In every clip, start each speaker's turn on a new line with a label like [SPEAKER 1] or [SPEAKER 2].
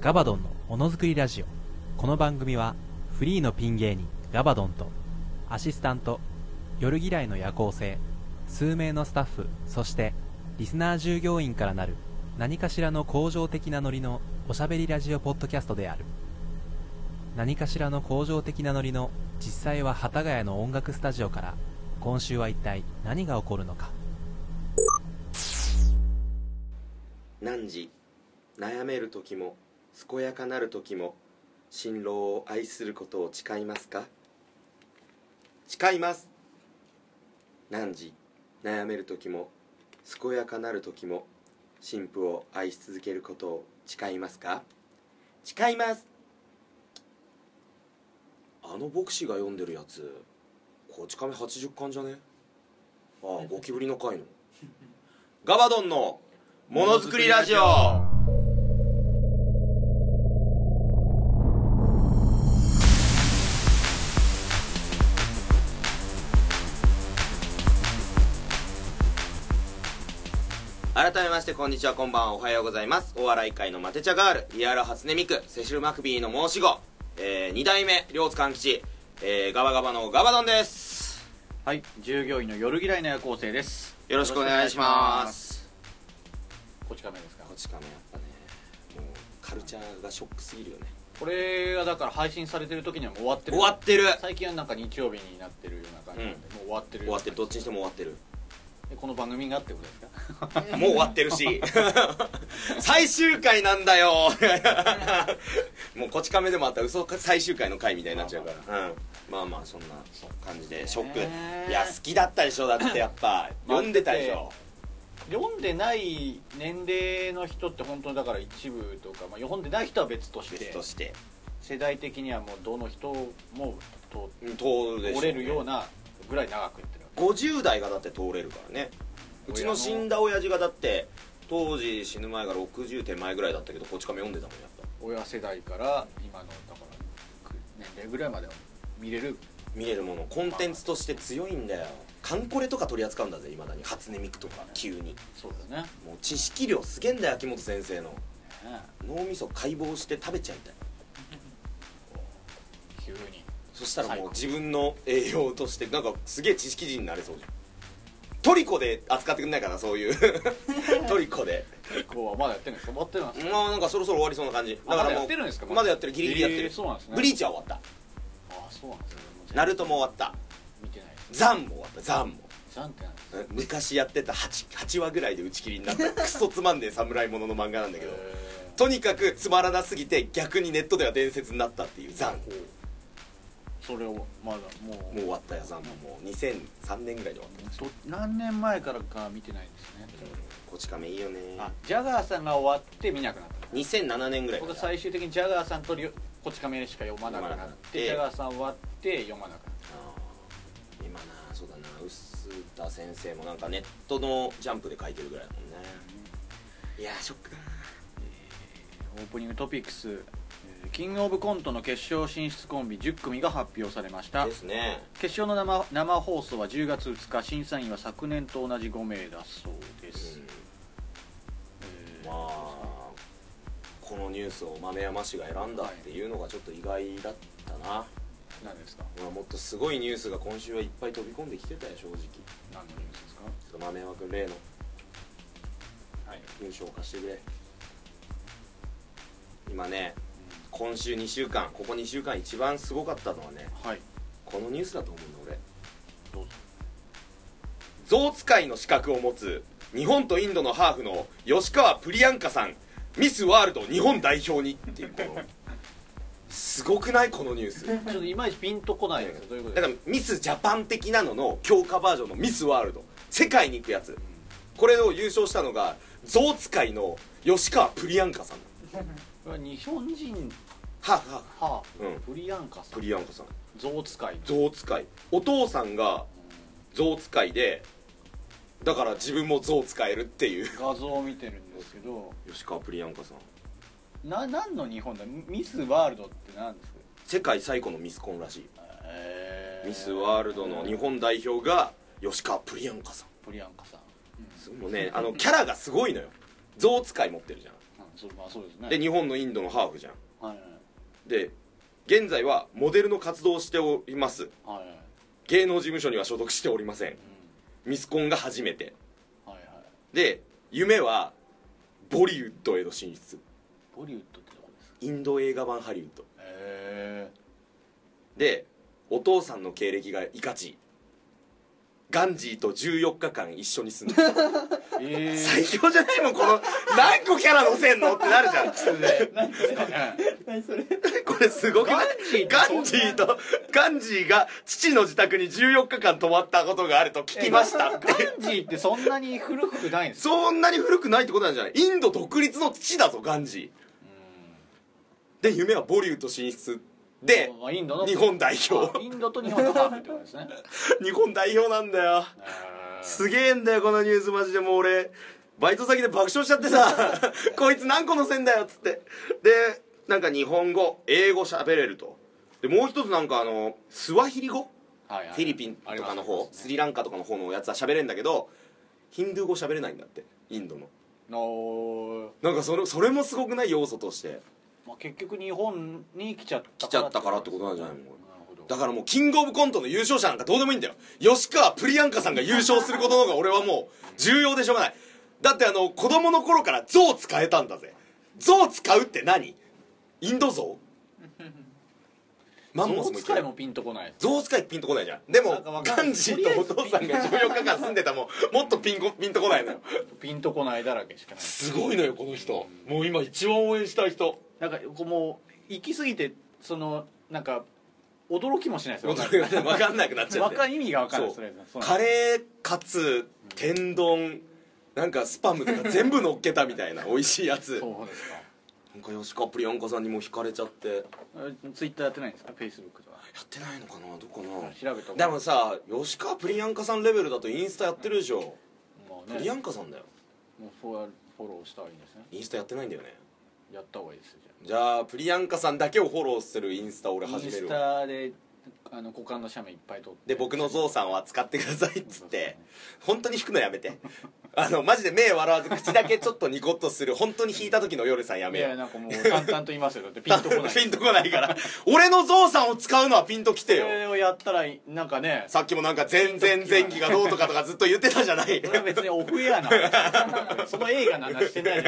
[SPEAKER 1] ガバドンのものづくりラジオこの番組はフリーのピン芸人ガバドンとアシスタント夜嫌いの夜行性数名のスタッフそしてリスナー従業員からなる何かしらの向上的なノリのおしゃべりラジオポッドキャストである何かしらの向上的なノリの実際は幡ヶ谷の音楽スタジオから今週は一体何が起こるのか
[SPEAKER 2] 何時悩める時も健やかなる時も新郎を愛することを誓いますか誓います何時悩める時も健やかなる時も新婦を愛し続けることを誓いますか誓いますあの牧師が読んでるやつこち亀80巻じゃねああゴキブリの回のガバドンのものづくりラジオ改めましてこんにちはこんばんはおはようございますお笑い界のマテ茶ガールリアル初音ミクセシル・マクビーの申し子、え2代目両津勘吉、えー、ガバガバのガバドンです
[SPEAKER 3] はい、従業員の夜嫌いの夜行性です。
[SPEAKER 2] よろしくお願いします
[SPEAKER 3] こっち亀ですか
[SPEAKER 2] こ。ち亀やっぱねもうカルチャーがショックすぎるよね
[SPEAKER 3] これがだから配信されてる時にはもう終わってる。
[SPEAKER 2] 終わってる
[SPEAKER 3] 最近はなんか日曜日になってるような感じなんで、もう終わってる。
[SPEAKER 2] 終わってるどっちにしても終わってる
[SPEAKER 3] でこの番組がってことです か。
[SPEAKER 2] もう終わってるし 最終回なんだよ もうこち亀でもあったら嘘か最終回の回みたいになっちゃうから、うん、まあまあそんな感じでショック
[SPEAKER 3] ね
[SPEAKER 2] いや好きだったでしょだってやっぱ読んでたでしょ
[SPEAKER 3] 読んでない年齢の人って本当にだから一部とか、まあ読んでない人は別とし
[SPEAKER 2] 別
[SPEAKER 3] て
[SPEAKER 2] と、して
[SPEAKER 3] 世代的にはもうどの人もと
[SPEAKER 2] 通るでしょ
[SPEAKER 3] 折れるようなぐらい長くやってるわ
[SPEAKER 2] 50代がだって通れるからねうちの死んだ親父がだって当時死ぬ前が60手前ぐらいだったけどこち亀読んでたもんやっぱ
[SPEAKER 3] け。親世代から今のだから年齢ぐらいまでは見れる
[SPEAKER 2] 見れるものコンテンツとして強いんだよカンコレとか取り扱うんだぜいまだに初音ミクとか急に
[SPEAKER 3] そうだよね
[SPEAKER 2] もう知識量すげえんだよ秋元先生の
[SPEAKER 3] ね
[SPEAKER 2] 脳みそ解剖して食べちゃいたい
[SPEAKER 3] 急に
[SPEAKER 2] そしたら
[SPEAKER 3] 最
[SPEAKER 2] もう
[SPEAKER 3] 高
[SPEAKER 2] 自分の栄養としてなんかすげえ知識人になれそうじゃんトリコで扱ってくんないかなそういう トリコで
[SPEAKER 3] こうはまだやってるんですか終わってるんですか
[SPEAKER 2] まあなんかそろそろ終わりそうな感じ
[SPEAKER 3] あ
[SPEAKER 2] だからもう
[SPEAKER 3] まだやってるんですか
[SPEAKER 2] まだやってるギリギリやって
[SPEAKER 3] え
[SPEAKER 2] る
[SPEAKER 3] ーそうなんですね
[SPEAKER 2] ブリーチは終わっ
[SPEAKER 3] あそうなんですね
[SPEAKER 2] たナルトも終わった
[SPEAKER 3] 見てないです
[SPEAKER 2] ザンも終わったザンも
[SPEAKER 3] ザンってなんですか
[SPEAKER 2] え昔やってた 8, 8話ぐらいで打ち切りにな ったクソつまんねえ侍ものの漫画なんだけど
[SPEAKER 3] えー
[SPEAKER 2] とにかくつまらなすぎて逆にネットでは伝説になったっていうザン
[SPEAKER 3] それをまだも
[SPEAKER 2] も
[SPEAKER 3] う
[SPEAKER 2] う終わったよザンももう2003年ぐらいで終わった
[SPEAKER 3] ど何年前からか見てないんですね
[SPEAKER 2] こち亀いいよね
[SPEAKER 3] あジャガーさんが終わって見なくなった
[SPEAKER 2] 2007年ぐらいか
[SPEAKER 3] 僕
[SPEAKER 2] ら
[SPEAKER 3] は最終的にジャガーさんとりょこち亀しか読まなくな
[SPEAKER 2] 読まな
[SPEAKER 3] っ
[SPEAKER 2] くなって
[SPEAKER 3] てジャガーさん終わって読まなくなっ
[SPEAKER 2] あー今なそうだな臼田先生もなんかネットのジャンプで書いてるぐらいだもんねいやーショックだな
[SPEAKER 3] たオープニングトピックスえーキングオブコントの決勝進出コンビ10組が発表されました
[SPEAKER 2] ですね
[SPEAKER 3] 決勝の生生放送は10月2日審査員は昨年と同じ5名だそうです、
[SPEAKER 2] うんまあこのニュースを豆山氏が選んだっていうのがちょっと意外だったな、
[SPEAKER 3] 何ですか
[SPEAKER 2] まあもっとすごいニュースが今週はいっぱい飛び込んできてたよ正直ちょ
[SPEAKER 3] 何のニュースですか
[SPEAKER 2] っと豆山君例の
[SPEAKER 3] はい、
[SPEAKER 2] 文章を貸してくれ今ね今週2週間ここ2週間一番すごかったのはね
[SPEAKER 3] はい
[SPEAKER 2] このニュースだと思うんだ俺
[SPEAKER 3] どうぞ
[SPEAKER 2] 象使いの資格を持つ日本とインドのハーフの吉川プリアンカさんミスワールド日本代表にっていうこのすごくないこのニュース
[SPEAKER 3] ちょっといまいちピンとこないですよどういうこと
[SPEAKER 2] だ
[SPEAKER 3] で
[SPEAKER 2] からミスジャパン的なのの強化バージョンのミスワールド世界に行くやつこれを優勝したのが象使いの吉川プリアンカさん
[SPEAKER 3] すか日本人
[SPEAKER 2] ハーフハーフ
[SPEAKER 3] ハーフ、
[SPEAKER 2] うん
[SPEAKER 3] プリアンカさ
[SPEAKER 2] プ
[SPEAKER 3] ん
[SPEAKER 2] リアンカさん
[SPEAKER 3] 象使いの
[SPEAKER 2] 象使いお父さんが象使いでだから自分も象使えるっていう
[SPEAKER 3] 画像を見てるんですけど
[SPEAKER 2] 吉川プリアンカさん
[SPEAKER 3] な何の日本だミスワールドって何ですか
[SPEAKER 2] 世界最古のミスコンらしい
[SPEAKER 3] えー
[SPEAKER 2] ミスワールドの日本代表が吉川プリアンカさ
[SPEAKER 3] プリアンカさん
[SPEAKER 2] んもうねあのキャラがすごいのよ象使い持ってるじゃん
[SPEAKER 3] うんそうまあそうですね
[SPEAKER 2] で日本のインドのハーフじゃん
[SPEAKER 3] はい
[SPEAKER 2] で現在はモデルの活動をしております
[SPEAKER 3] はいはいはい
[SPEAKER 2] 芸能事務所には所属しておりませんミスコンが初めて
[SPEAKER 3] うんはいはい
[SPEAKER 2] で夢はボリウッドへの進出
[SPEAKER 3] ボリウッドってとこです
[SPEAKER 2] インド映画版ハリウッド
[SPEAKER 3] へえ
[SPEAKER 2] でお父さんの経歴がイカチガンジーと14日間一緒に住んでる
[SPEAKER 3] ええ
[SPEAKER 2] 最強じゃないもんこの何個キャラ乗せんのってなるじゃん
[SPEAKER 3] なんですかね
[SPEAKER 4] 何それ
[SPEAKER 2] これすごくないガンジーとガンジーが父の自宅に14日間泊まったことがあると聞きましたって
[SPEAKER 3] ガンジーってそんなに古くないんですか
[SPEAKER 2] そんなに古くないってことなんじゃないインド独立の父だぞガンジーで夢はボリウッド進出で
[SPEAKER 3] まあインドの
[SPEAKER 2] 日本代表
[SPEAKER 3] あインドと日本のハーフってことですね
[SPEAKER 2] 日本代表なんだよ
[SPEAKER 3] へー
[SPEAKER 2] すげえんだよこのニュースマジでもう俺バイト先で爆笑しちゃって さこいつ何個のせんだよっつってでなんか日本語英語喋れるとでもう一つなんかあのスワヒリ語
[SPEAKER 3] はいはい
[SPEAKER 2] フィリピンとかの
[SPEAKER 3] あり
[SPEAKER 2] 方、
[SPEAKER 3] ます
[SPEAKER 2] スリランカとかの方のやつは喋れるんだけどヒンドゥー語喋れないんだってインドの
[SPEAKER 3] の
[SPEAKER 2] なんかそれそれもすごくない要素として
[SPEAKER 3] まあ、結局日本に来ちゃった
[SPEAKER 2] 来ちゃったからってことなんじゃないの
[SPEAKER 3] なるほど
[SPEAKER 2] だからもうキングオブコントの優勝者なんかどうでもいいんだよ吉川プリアンカさんが優勝することの方が俺はもう重要でしょうがないだってあの子供の頃から象使えたんだぜ象使うって何インド 象マンモスも
[SPEAKER 3] 象
[SPEAKER 2] いけ
[SPEAKER 3] 使い
[SPEAKER 2] る
[SPEAKER 3] もピンとこない
[SPEAKER 2] 象使いピンとこないじゃんで
[SPEAKER 3] な
[SPEAKER 2] も
[SPEAKER 3] んかわかん
[SPEAKER 2] ガ
[SPEAKER 3] ない
[SPEAKER 2] ンジーとお父さんが14日間住んでたもんもっとピンコピンとこないのよ
[SPEAKER 3] ピンとこないだらけしかない
[SPEAKER 2] すごいのよこの人もう今一番応援したい 人
[SPEAKER 3] なんかこうもう行き過ぎてそのなんか驚きもしないですよ
[SPEAKER 2] 分かんなくなっちゃっ
[SPEAKER 3] わ
[SPEAKER 2] て
[SPEAKER 3] かん意味が分かんないです
[SPEAKER 2] そう
[SPEAKER 3] ねそうなん
[SPEAKER 2] カ
[SPEAKER 3] で
[SPEAKER 2] レーカツ天丼なんかスパムとか全部乗っけたみたい な美味しいや
[SPEAKER 3] す
[SPEAKER 2] つ
[SPEAKER 3] そうですか
[SPEAKER 2] なんか吉川プリアンカさんにもう惹かれちゃってやっ
[SPEAKER 3] えツイッターやってないんですかフェイスブックとか
[SPEAKER 2] てないのかなどこか
[SPEAKER 3] 調べた
[SPEAKER 2] なでもさ吉川プリアンカさんレベルだとインスタやってるでしょ
[SPEAKER 3] もう
[SPEAKER 2] プ
[SPEAKER 3] ね
[SPEAKER 2] リアンカさんだよ
[SPEAKER 3] もうフォフォローしたらいいんですね
[SPEAKER 2] インスタやってないんだよね
[SPEAKER 3] やった方がいいですよじゃ
[SPEAKER 2] じゃあプリアンカさんだけをフォローするインスタ俺
[SPEAKER 3] あイ
[SPEAKER 2] 始
[SPEAKER 3] ン
[SPEAKER 2] め
[SPEAKER 3] ス
[SPEAKER 2] るわ
[SPEAKER 3] タであの股間の斜面いっぱい撮って
[SPEAKER 2] で僕のゾウさんは使ってくださいっつって本当に引くのやめてあのマジで目笑わず口だけちょっとニコッとする本当に引いた時の夜さんや
[SPEAKER 3] い
[SPEAKER 2] めよう
[SPEAKER 3] やなんかもう淡々と言いますよだってピンとこ ない
[SPEAKER 2] ピンとこないから俺のゾウさんを使うのはピンときて
[SPEAKER 3] そ
[SPEAKER 2] よ
[SPEAKER 3] れをやったらなんかね
[SPEAKER 2] さっきもなんか全然前期がどうとかとかずっと言ってたじゃない い
[SPEAKER 3] それは別にオフエアな その映画の話してない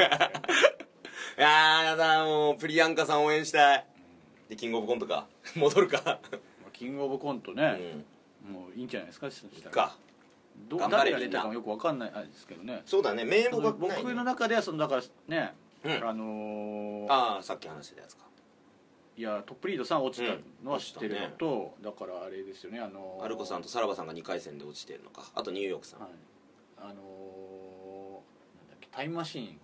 [SPEAKER 2] やーやだもうプリアンカさん応援したいでキングオブコントか 戻るか
[SPEAKER 3] キングオブコント
[SPEAKER 2] う
[SPEAKER 3] ね、
[SPEAKER 2] ん
[SPEAKER 3] もういいんじゃないですかそしたら
[SPEAKER 2] か
[SPEAKER 3] どう
[SPEAKER 2] 頑張れ
[SPEAKER 3] 誰が出たかもよくわかんないあれですけどね
[SPEAKER 2] そうだね名簿が
[SPEAKER 3] 僕
[SPEAKER 2] ないね
[SPEAKER 3] の中ではそのだからね、
[SPEAKER 2] うん
[SPEAKER 3] あのー
[SPEAKER 2] ああさっき話してたやつか
[SPEAKER 3] いやトップリードさん落ちたのは知ってるのと、だからあれですよねあのー
[SPEAKER 2] アルコさんとサラバさんが2回戦で落ちてるのかあとニューヨークさん、
[SPEAKER 3] はいあのーなんだっけタイムマシーン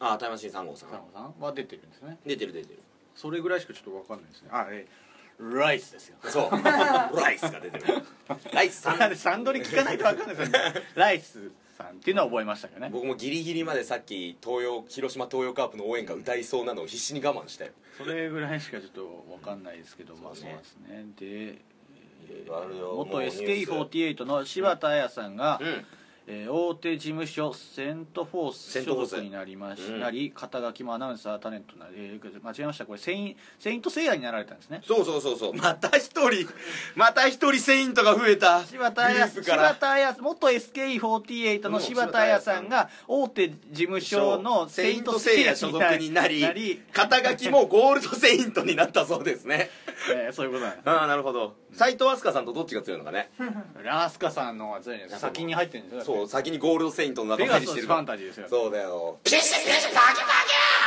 [SPEAKER 2] ああタイムマシーン3号さん
[SPEAKER 3] さんさんは出てるんですね
[SPEAKER 2] 出てる出てる
[SPEAKER 3] それぐらいしかちょっとわかんないですねあえーライスですよ
[SPEAKER 2] そうライスが出てるライスさん
[SPEAKER 3] サンドリ聞かないと分かんないですよね ライスさんっていうのは覚えました けどね
[SPEAKER 2] 僕もギリギリまでさっき東洋広島東洋カープの応援歌歌いそうなのを必死に我慢したよ
[SPEAKER 3] それぐらいしかちょっと分かんないですけど、まあ
[SPEAKER 2] そ
[SPEAKER 3] そうう
[SPEAKER 2] ね
[SPEAKER 3] ですねで
[SPEAKER 2] いろいろあるよもう
[SPEAKER 3] 元
[SPEAKER 2] ニュース
[SPEAKER 3] SK48 の柴田彩さんが、
[SPEAKER 2] うん
[SPEAKER 3] えー大手事務所セントフォー
[SPEAKER 2] セ
[SPEAKER 3] ス
[SPEAKER 2] ントフォー
[SPEAKER 3] 所
[SPEAKER 2] ス
[SPEAKER 3] 属になりまし、
[SPEAKER 2] うん
[SPEAKER 3] なり肩書きもアナウンサータレントなり、えー間違えましたこれセインセイントセイヤになられたんですね
[SPEAKER 2] そうそうそうそうまた一人また一人セイントが増えた
[SPEAKER 3] 柴田彩
[SPEAKER 2] グループか
[SPEAKER 3] 柴
[SPEAKER 2] ら
[SPEAKER 3] 田彩元 SK48 の柴田彩さんが大手事務所の
[SPEAKER 2] セ
[SPEAKER 3] セ
[SPEAKER 2] イ
[SPEAKER 3] イ
[SPEAKER 2] ン
[SPEAKER 3] ン
[SPEAKER 2] ト
[SPEAKER 3] ト
[SPEAKER 2] セ
[SPEAKER 3] セ
[SPEAKER 2] イ
[SPEAKER 3] イ
[SPEAKER 2] ヤ
[SPEAKER 3] ヤ
[SPEAKER 2] 所属になり
[SPEAKER 3] なり
[SPEAKER 2] 肩書きもゴールドセイントになったそうですね
[SPEAKER 3] えーそういうことなんで
[SPEAKER 2] ああなるほど斎藤飛鳥さんとどっちが強いのかね
[SPEAKER 3] すラスカさんの方が強いんです先に入ってるんですよ
[SPEAKER 2] そう先にゴールドセイントの
[SPEAKER 3] ベ
[SPEAKER 2] 中
[SPEAKER 3] ガ
[SPEAKER 2] 入
[SPEAKER 3] ス
[SPEAKER 2] り
[SPEAKER 3] の
[SPEAKER 2] して
[SPEAKER 3] フ
[SPEAKER 2] る
[SPEAKER 3] ァンタジーですよ
[SPEAKER 2] そうだよピシッピシッパキパ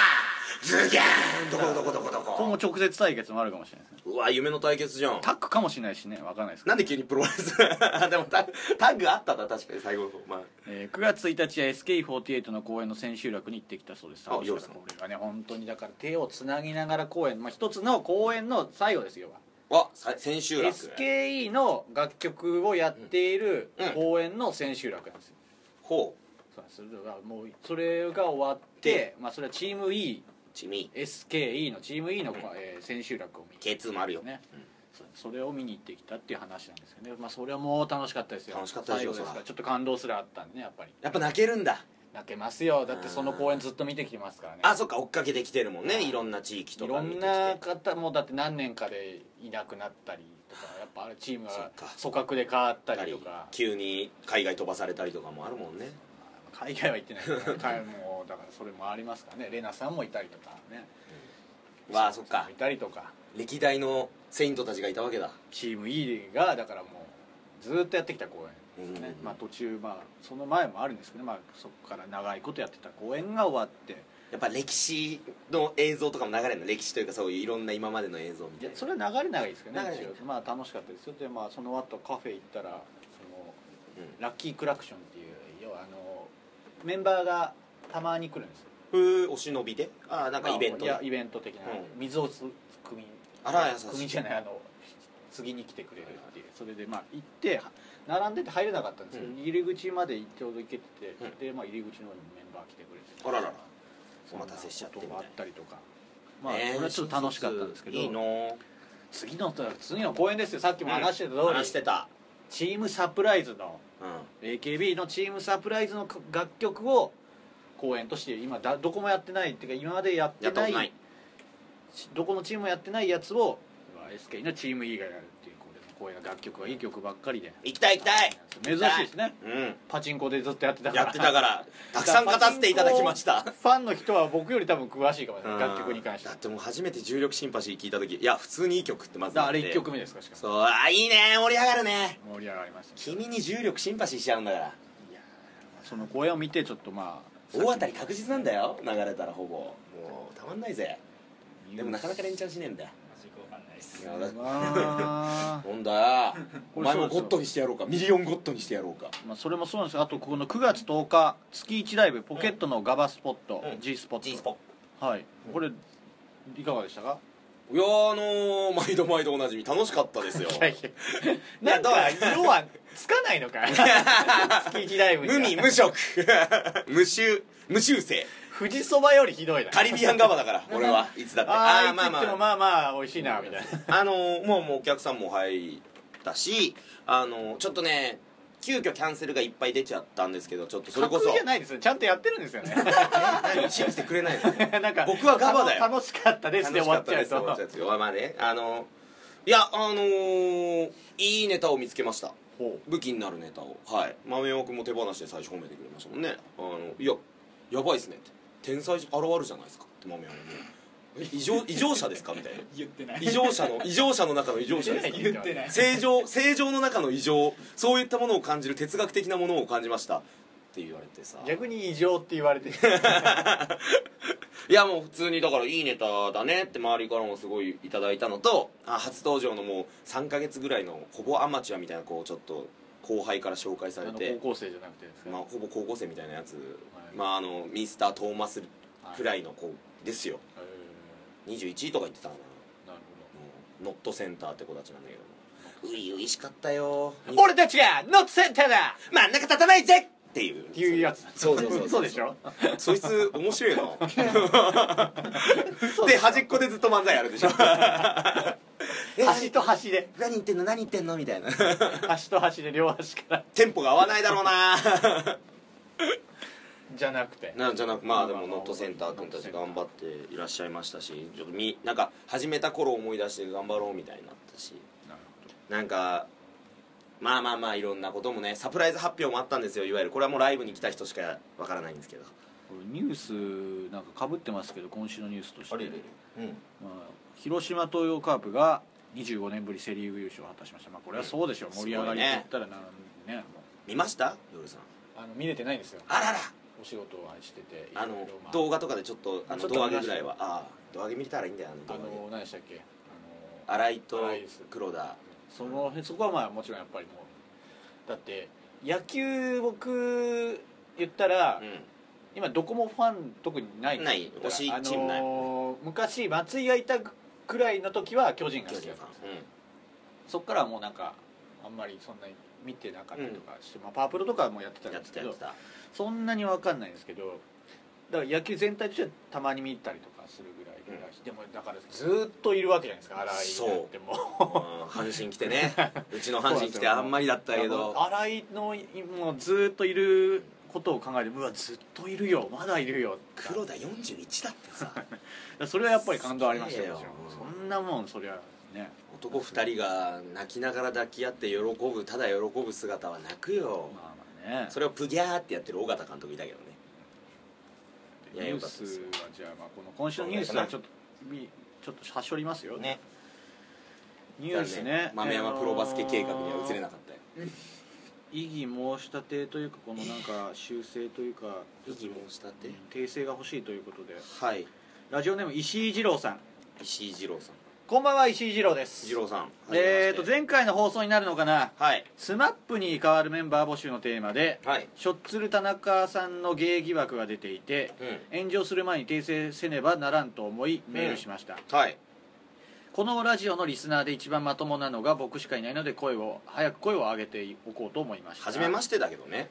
[SPEAKER 2] キズギャーンどこどこどこど
[SPEAKER 3] これも
[SPEAKER 2] こ
[SPEAKER 3] 直接対決もあるかもしれないですね
[SPEAKER 2] うわ夢の対決じゃん
[SPEAKER 3] タッグかもしれないしねわかんないですけ
[SPEAKER 2] な
[SPEAKER 3] ど
[SPEAKER 2] んで急にプロレ スあでもタタッグあったな確かに最後の方まあ
[SPEAKER 3] えー9月1日は SK48 の公演の千秋楽に行ってきたそうです
[SPEAKER 2] あ
[SPEAKER 3] 楽し
[SPEAKER 2] よ
[SPEAKER 3] かっ
[SPEAKER 2] う
[SPEAKER 3] た
[SPEAKER 2] さん
[SPEAKER 3] これがね本当にだから手をつなぎながら公演、まあ、一つの公演の最後ですよ
[SPEAKER 2] あさ千秋楽
[SPEAKER 3] SKE の楽曲をやっている
[SPEAKER 2] うん
[SPEAKER 3] 公演の千秋楽なんですよ、
[SPEAKER 2] ほう
[SPEAKER 3] そうなんですそれはもうそれが終わって、まあ、それはチーム E
[SPEAKER 2] 地味
[SPEAKER 3] SKE のチーム E の、えー千秋楽を見に行
[SPEAKER 2] K2
[SPEAKER 3] っ
[SPEAKER 2] もあるよ
[SPEAKER 3] てね、そうそれを見に行ってきたっていう話なんですけどねまあそれはもう楽しかったですよ
[SPEAKER 2] 楽しかったでしょ
[SPEAKER 3] 最後です
[SPEAKER 2] そ
[SPEAKER 3] かららちょっと感動すらあったんでねやっぱり
[SPEAKER 2] やっぱ泣けるんだ
[SPEAKER 3] 泣けますよだってその公演ずっと見てきてますからね
[SPEAKER 2] あそっか追っかけてきてるもん
[SPEAKER 3] は
[SPEAKER 2] ね
[SPEAKER 3] い
[SPEAKER 2] いろんな地域と
[SPEAKER 3] い
[SPEAKER 2] か
[SPEAKER 3] ろ
[SPEAKER 2] 見て
[SPEAKER 3] ん
[SPEAKER 2] き
[SPEAKER 3] な
[SPEAKER 2] て
[SPEAKER 3] 方もだって何年かでいなくなったりとかやっぱあれチーム
[SPEAKER 2] そっ
[SPEAKER 3] が
[SPEAKER 2] か
[SPEAKER 3] 組閣で変わったりとか
[SPEAKER 2] 急に海外飛ばされたりとかもあるもんね
[SPEAKER 3] 海外は行ってないけどね海外もだからそれもありますからねレナさんもいたりとかね
[SPEAKER 2] わあそっか
[SPEAKER 3] いたりとか
[SPEAKER 2] 歴代のセイントたちがいたわけだ
[SPEAKER 3] チーム E がだからもうずーっとやってきた公演ですね、
[SPEAKER 2] うん
[SPEAKER 3] まあ、途中まあその前もあるんですけど、まあ、そこから長いことやってた公演が終わって
[SPEAKER 2] やっぱ歴史の映像とかも流れるの歴史というかそういういろんな今までの映像み
[SPEAKER 3] い
[SPEAKER 2] たい
[SPEAKER 3] や
[SPEAKER 2] な
[SPEAKER 3] それは流れないですけど
[SPEAKER 2] 流
[SPEAKER 3] ね
[SPEAKER 2] れない
[SPEAKER 3] 一応まあ楽しかったですよでまあその後カフェ行ったらその
[SPEAKER 2] うん
[SPEAKER 3] ラッキークラクションっていう要はあのメンバーがたまに来るんですよ
[SPEAKER 2] ふうお忍びでああなんかイベント
[SPEAKER 3] い
[SPEAKER 2] で
[SPEAKER 3] やイベント的な、
[SPEAKER 2] うん
[SPEAKER 3] 水をつ汲み
[SPEAKER 2] あら優しい
[SPEAKER 3] 汲みじゃないあの次に来てくれるっていうそれでまあ行って並んでて入れなかったんですけど、
[SPEAKER 2] うん
[SPEAKER 3] 入り口までちょうど行けてて、
[SPEAKER 2] うん
[SPEAKER 3] で、まあ、入り口の方にメンバー来てくれて
[SPEAKER 2] あららら
[SPEAKER 3] そんな
[SPEAKER 2] お待たせしちゃってみた
[SPEAKER 3] こ
[SPEAKER 2] いな
[SPEAKER 3] ともあったりとかまあ、
[SPEAKER 2] ねえ
[SPEAKER 3] それはちょっと楽しかったんですけど
[SPEAKER 2] いいの
[SPEAKER 3] 次の次の公演ですよさっきも話してた通り、
[SPEAKER 2] 話してた
[SPEAKER 3] チームサプライズの
[SPEAKER 2] うん
[SPEAKER 3] AKB のチームサプライズの楽曲を公演として今だどこもやってないっていうか今までやって
[SPEAKER 2] やったこ
[SPEAKER 3] な
[SPEAKER 2] と
[SPEAKER 3] い
[SPEAKER 2] ない
[SPEAKER 3] どこのチームもやってないやつを SK のチーム E がやるっていう公演が楽曲がいい曲ばっかりで
[SPEAKER 2] 行きたい行きたい
[SPEAKER 3] 珍しいですね
[SPEAKER 2] うん
[SPEAKER 3] パチンコでずっとやってたから
[SPEAKER 2] やってたからたくさん語っていただきました
[SPEAKER 3] パチンコファンの人は僕より多分詳しいかもしれない楽曲に関して
[SPEAKER 2] だ
[SPEAKER 3] は
[SPEAKER 2] ってもう初めて重力シンパシー聞いた時いや普通にいい曲ってまず
[SPEAKER 3] だ
[SPEAKER 2] な
[SPEAKER 3] あ
[SPEAKER 2] って
[SPEAKER 3] れ1曲目ですかしかも
[SPEAKER 2] そうあいいね盛り上がるね
[SPEAKER 3] 盛り上がりましたね
[SPEAKER 2] 君に重力シンパシーしちゃうんだから
[SPEAKER 3] いやーその公演を見てちょっとまあ
[SPEAKER 2] 大当たり確実なんだよ流れたらほぼもうたまんないぜでもな かなか連チャンしねえんだよいやだ
[SPEAKER 3] まあ
[SPEAKER 2] ほんだお前も
[SPEAKER 3] これそうですよ
[SPEAKER 2] ゴッドにしてやろうかミリオンゴッドにしてやろうか
[SPEAKER 3] まあそれもそうなんですよあとこの9月10日月1ライブポケットのガバスポット、
[SPEAKER 2] うん
[SPEAKER 3] G スポット
[SPEAKER 2] G スポ
[SPEAKER 3] はいこれいかがでしたか
[SPEAKER 2] いやーあのー、毎度毎度おなじみ楽しかったですよ
[SPEAKER 3] なん
[SPEAKER 2] い
[SPEAKER 3] か
[SPEAKER 2] やどう
[SPEAKER 3] 色はつかないのか月1ライブには
[SPEAKER 2] 無味無色 無臭無修正
[SPEAKER 3] 富士そばよりひどいな
[SPEAKER 2] カリビアンガバだ から俺はいつだって
[SPEAKER 3] あーあ
[SPEAKER 2] ー
[SPEAKER 3] まあまあまあまあ美味しいなみたいな
[SPEAKER 2] あのーもうもうお客さんも入ったしあのーちょっとね急遽キャンセルがいっぱい出ちゃったんですけどちょっとそれこ
[SPEAKER 3] 架
[SPEAKER 2] そ
[SPEAKER 3] 空じゃないですよちゃんとやってるんですよね
[SPEAKER 2] 何信じてくれ ないの
[SPEAKER 3] なんか
[SPEAKER 2] 僕はガバだよ
[SPEAKER 3] 楽しかったですで終わっちゃう
[SPEAKER 2] 終わっちゃ
[SPEAKER 3] と
[SPEAKER 2] うとまあねあのいやあのーいいネタを見つけました
[SPEAKER 3] ほ
[SPEAKER 2] 武器になるネタをはい豆山君も手放しで最初褒めてくれましたもんねあのいややばいっすねって天才現るじゃないですかって豆山君え異常 異常者ですかみたいな
[SPEAKER 4] 言ってない
[SPEAKER 2] 異常者の異常者の中の異常者ですか
[SPEAKER 4] 言ってない
[SPEAKER 2] 正常正常の中の異常そういったものを感じる哲学的なものを感じましたって言われてさ
[SPEAKER 3] 逆に異常って言われて
[SPEAKER 2] いやもう普通にだからいいネタだねって周りからもすごいいただいたのとあ初登場のもう3ヶ月ぐらいのほぼアマチュアみたいなこうちょっと後輩から紹介さ
[SPEAKER 3] あ
[SPEAKER 2] れ
[SPEAKER 3] の
[SPEAKER 2] て、
[SPEAKER 3] 高校生じゃなくてですか、
[SPEAKER 2] まあ、ほぼ高校生みたいなやつ、
[SPEAKER 3] い
[SPEAKER 2] まああのミスタートーマスくら
[SPEAKER 3] い、
[SPEAKER 2] いの子ですよ
[SPEAKER 3] え
[SPEAKER 2] 21位とか言ってたかな
[SPEAKER 3] ーなる
[SPEAKER 2] うんノットセンターって子たちなんだけどもういういしかったよ
[SPEAKER 3] ほど俺たちがノットセンターだ
[SPEAKER 2] 真ん中立たないぜっていう
[SPEAKER 3] っていうやつ
[SPEAKER 2] そうそうそうそう
[SPEAKER 3] そうでしょ
[SPEAKER 2] そいつ面白いなで端っこでずっと漫才やるでしょ
[SPEAKER 3] 端と端で
[SPEAKER 2] 何言ってんの何言ってんのみたいな
[SPEAKER 3] 端と端で両端から
[SPEAKER 2] テンポが合わないだろうな
[SPEAKER 3] じゃなくて
[SPEAKER 2] なんじゃなくまあでもノットセンター君たち頑張っていらっしゃいましたしちょっとみなんか始めた頃思い出して頑張ろうみたいになったし
[SPEAKER 3] なるほ
[SPEAKER 2] なんかまあまあまあいろんなこともねサプライズ発表もあったんですよいわゆるこれはもうライブに来た人しかわからないんですけど
[SPEAKER 3] どニュースなんか被ってますけど今週のニュースとして、
[SPEAKER 2] うん
[SPEAKER 3] まあ、広島東洋カープが25年ぶりセ・リーグ優勝を果たしました、まあ、これはそうでしょう、
[SPEAKER 2] うん
[SPEAKER 3] 盛り上がりと言ったらなねも
[SPEAKER 2] 見ました夜さん
[SPEAKER 3] うあの見れてないんですよ
[SPEAKER 2] あらら
[SPEAKER 3] お仕事をしてて
[SPEAKER 2] あの
[SPEAKER 3] いろいろまあ
[SPEAKER 2] 動画とかでちょっとあ
[SPEAKER 3] ちょ
[SPEAKER 2] の胴
[SPEAKER 3] っと
[SPEAKER 2] 上げぐらいはああ胴上げ見れたらいいんだよあ
[SPEAKER 3] あ
[SPEAKER 2] の胴上
[SPEAKER 3] の
[SPEAKER 2] げ
[SPEAKER 3] 何でしたっけあの
[SPEAKER 2] 新井と
[SPEAKER 3] 荒井です
[SPEAKER 2] 黒田
[SPEAKER 3] そのそこはまあもちろんやっぱりもうだって野球僕言ったら、
[SPEAKER 2] う
[SPEAKER 3] 今どこもファン特にないんですよ
[SPEAKER 2] ない推しチームない
[SPEAKER 3] あのー昔松井がいたくらいの時は巨人
[SPEAKER 2] ん
[SPEAKER 3] が好
[SPEAKER 2] 巨
[SPEAKER 3] きだ
[SPEAKER 2] 人
[SPEAKER 3] っ
[SPEAKER 2] ファ
[SPEAKER 3] たんですよ
[SPEAKER 2] ンうん
[SPEAKER 3] そっからはもうなんかあんまりそんなに見てなかったりとかして、まあ、パープルとかもやってたん
[SPEAKER 2] やっ
[SPEAKER 3] で
[SPEAKER 2] て
[SPEAKER 3] す
[SPEAKER 2] た
[SPEAKER 3] け
[SPEAKER 2] やっ
[SPEAKER 3] ど
[SPEAKER 2] てた
[SPEAKER 3] そんなに分かんないんですけどだから野球全体としてはたまに見たりとかするぐらいだし、でもだからずーっといるわけじゃないですか
[SPEAKER 2] そ
[SPEAKER 3] 新
[SPEAKER 2] う
[SPEAKER 3] 井なんてもう
[SPEAKER 2] うん阪神来て ねうちの阪神来
[SPEAKER 3] そうなんです
[SPEAKER 2] て
[SPEAKER 3] よ
[SPEAKER 2] あんまりだったけ
[SPEAKER 3] いやもう
[SPEAKER 2] ど
[SPEAKER 3] 新井のもうずーっといることを考えてうわずっといるよまだいるよ
[SPEAKER 2] 黒田41だってさ
[SPEAKER 3] それはやっぱり感動ありましたよ
[SPEAKER 2] すげえよ
[SPEAKER 3] そんなもんそりゃね
[SPEAKER 2] 男2人が泣きながら抱き合って喜ぶただ喜ぶ姿は泣くよ
[SPEAKER 3] まあまあね
[SPEAKER 2] それをプギャーってやってる尾形監督いたけどねい
[SPEAKER 3] ニ
[SPEAKER 2] や
[SPEAKER 3] ュ
[SPEAKER 2] よ
[SPEAKER 3] ー
[SPEAKER 2] かった
[SPEAKER 3] ス
[SPEAKER 2] ですよ
[SPEAKER 3] はじゃあまあこの今週のニュースはちょっとみちょっと端折りますよ
[SPEAKER 2] ね
[SPEAKER 3] ニュースね
[SPEAKER 2] 豆山プロバスケ計画には映れな
[SPEAKER 3] っ
[SPEAKER 2] かったよ
[SPEAKER 3] た異議申し立てというかこのなんか修正というか
[SPEAKER 2] 異議申し立て
[SPEAKER 3] 訂正が欲しいということで
[SPEAKER 2] はい
[SPEAKER 3] ラジオネーム石井二郎さん
[SPEAKER 2] 石井二郎さん
[SPEAKER 3] こんばんは石井二郎です
[SPEAKER 2] 二郎さん
[SPEAKER 3] えー
[SPEAKER 2] は
[SPEAKER 3] と
[SPEAKER 2] じめ
[SPEAKER 3] 前回の放送になるのかな
[SPEAKER 2] まして
[SPEAKER 3] スマップに代わるメンバー募集のテーマで
[SPEAKER 2] はいはい
[SPEAKER 3] しょっつる田中さんの芸疑惑が出ていて
[SPEAKER 2] う
[SPEAKER 3] 炎上する前に訂正せねばならんと思い
[SPEAKER 2] うん
[SPEAKER 3] メールしました、
[SPEAKER 2] んはい
[SPEAKER 3] このラジオのリスナーで一番まともなのが僕しかいないので声を早く声を上げておこうと思いました
[SPEAKER 2] 初めま
[SPEAKER 3] し
[SPEAKER 2] してだけどね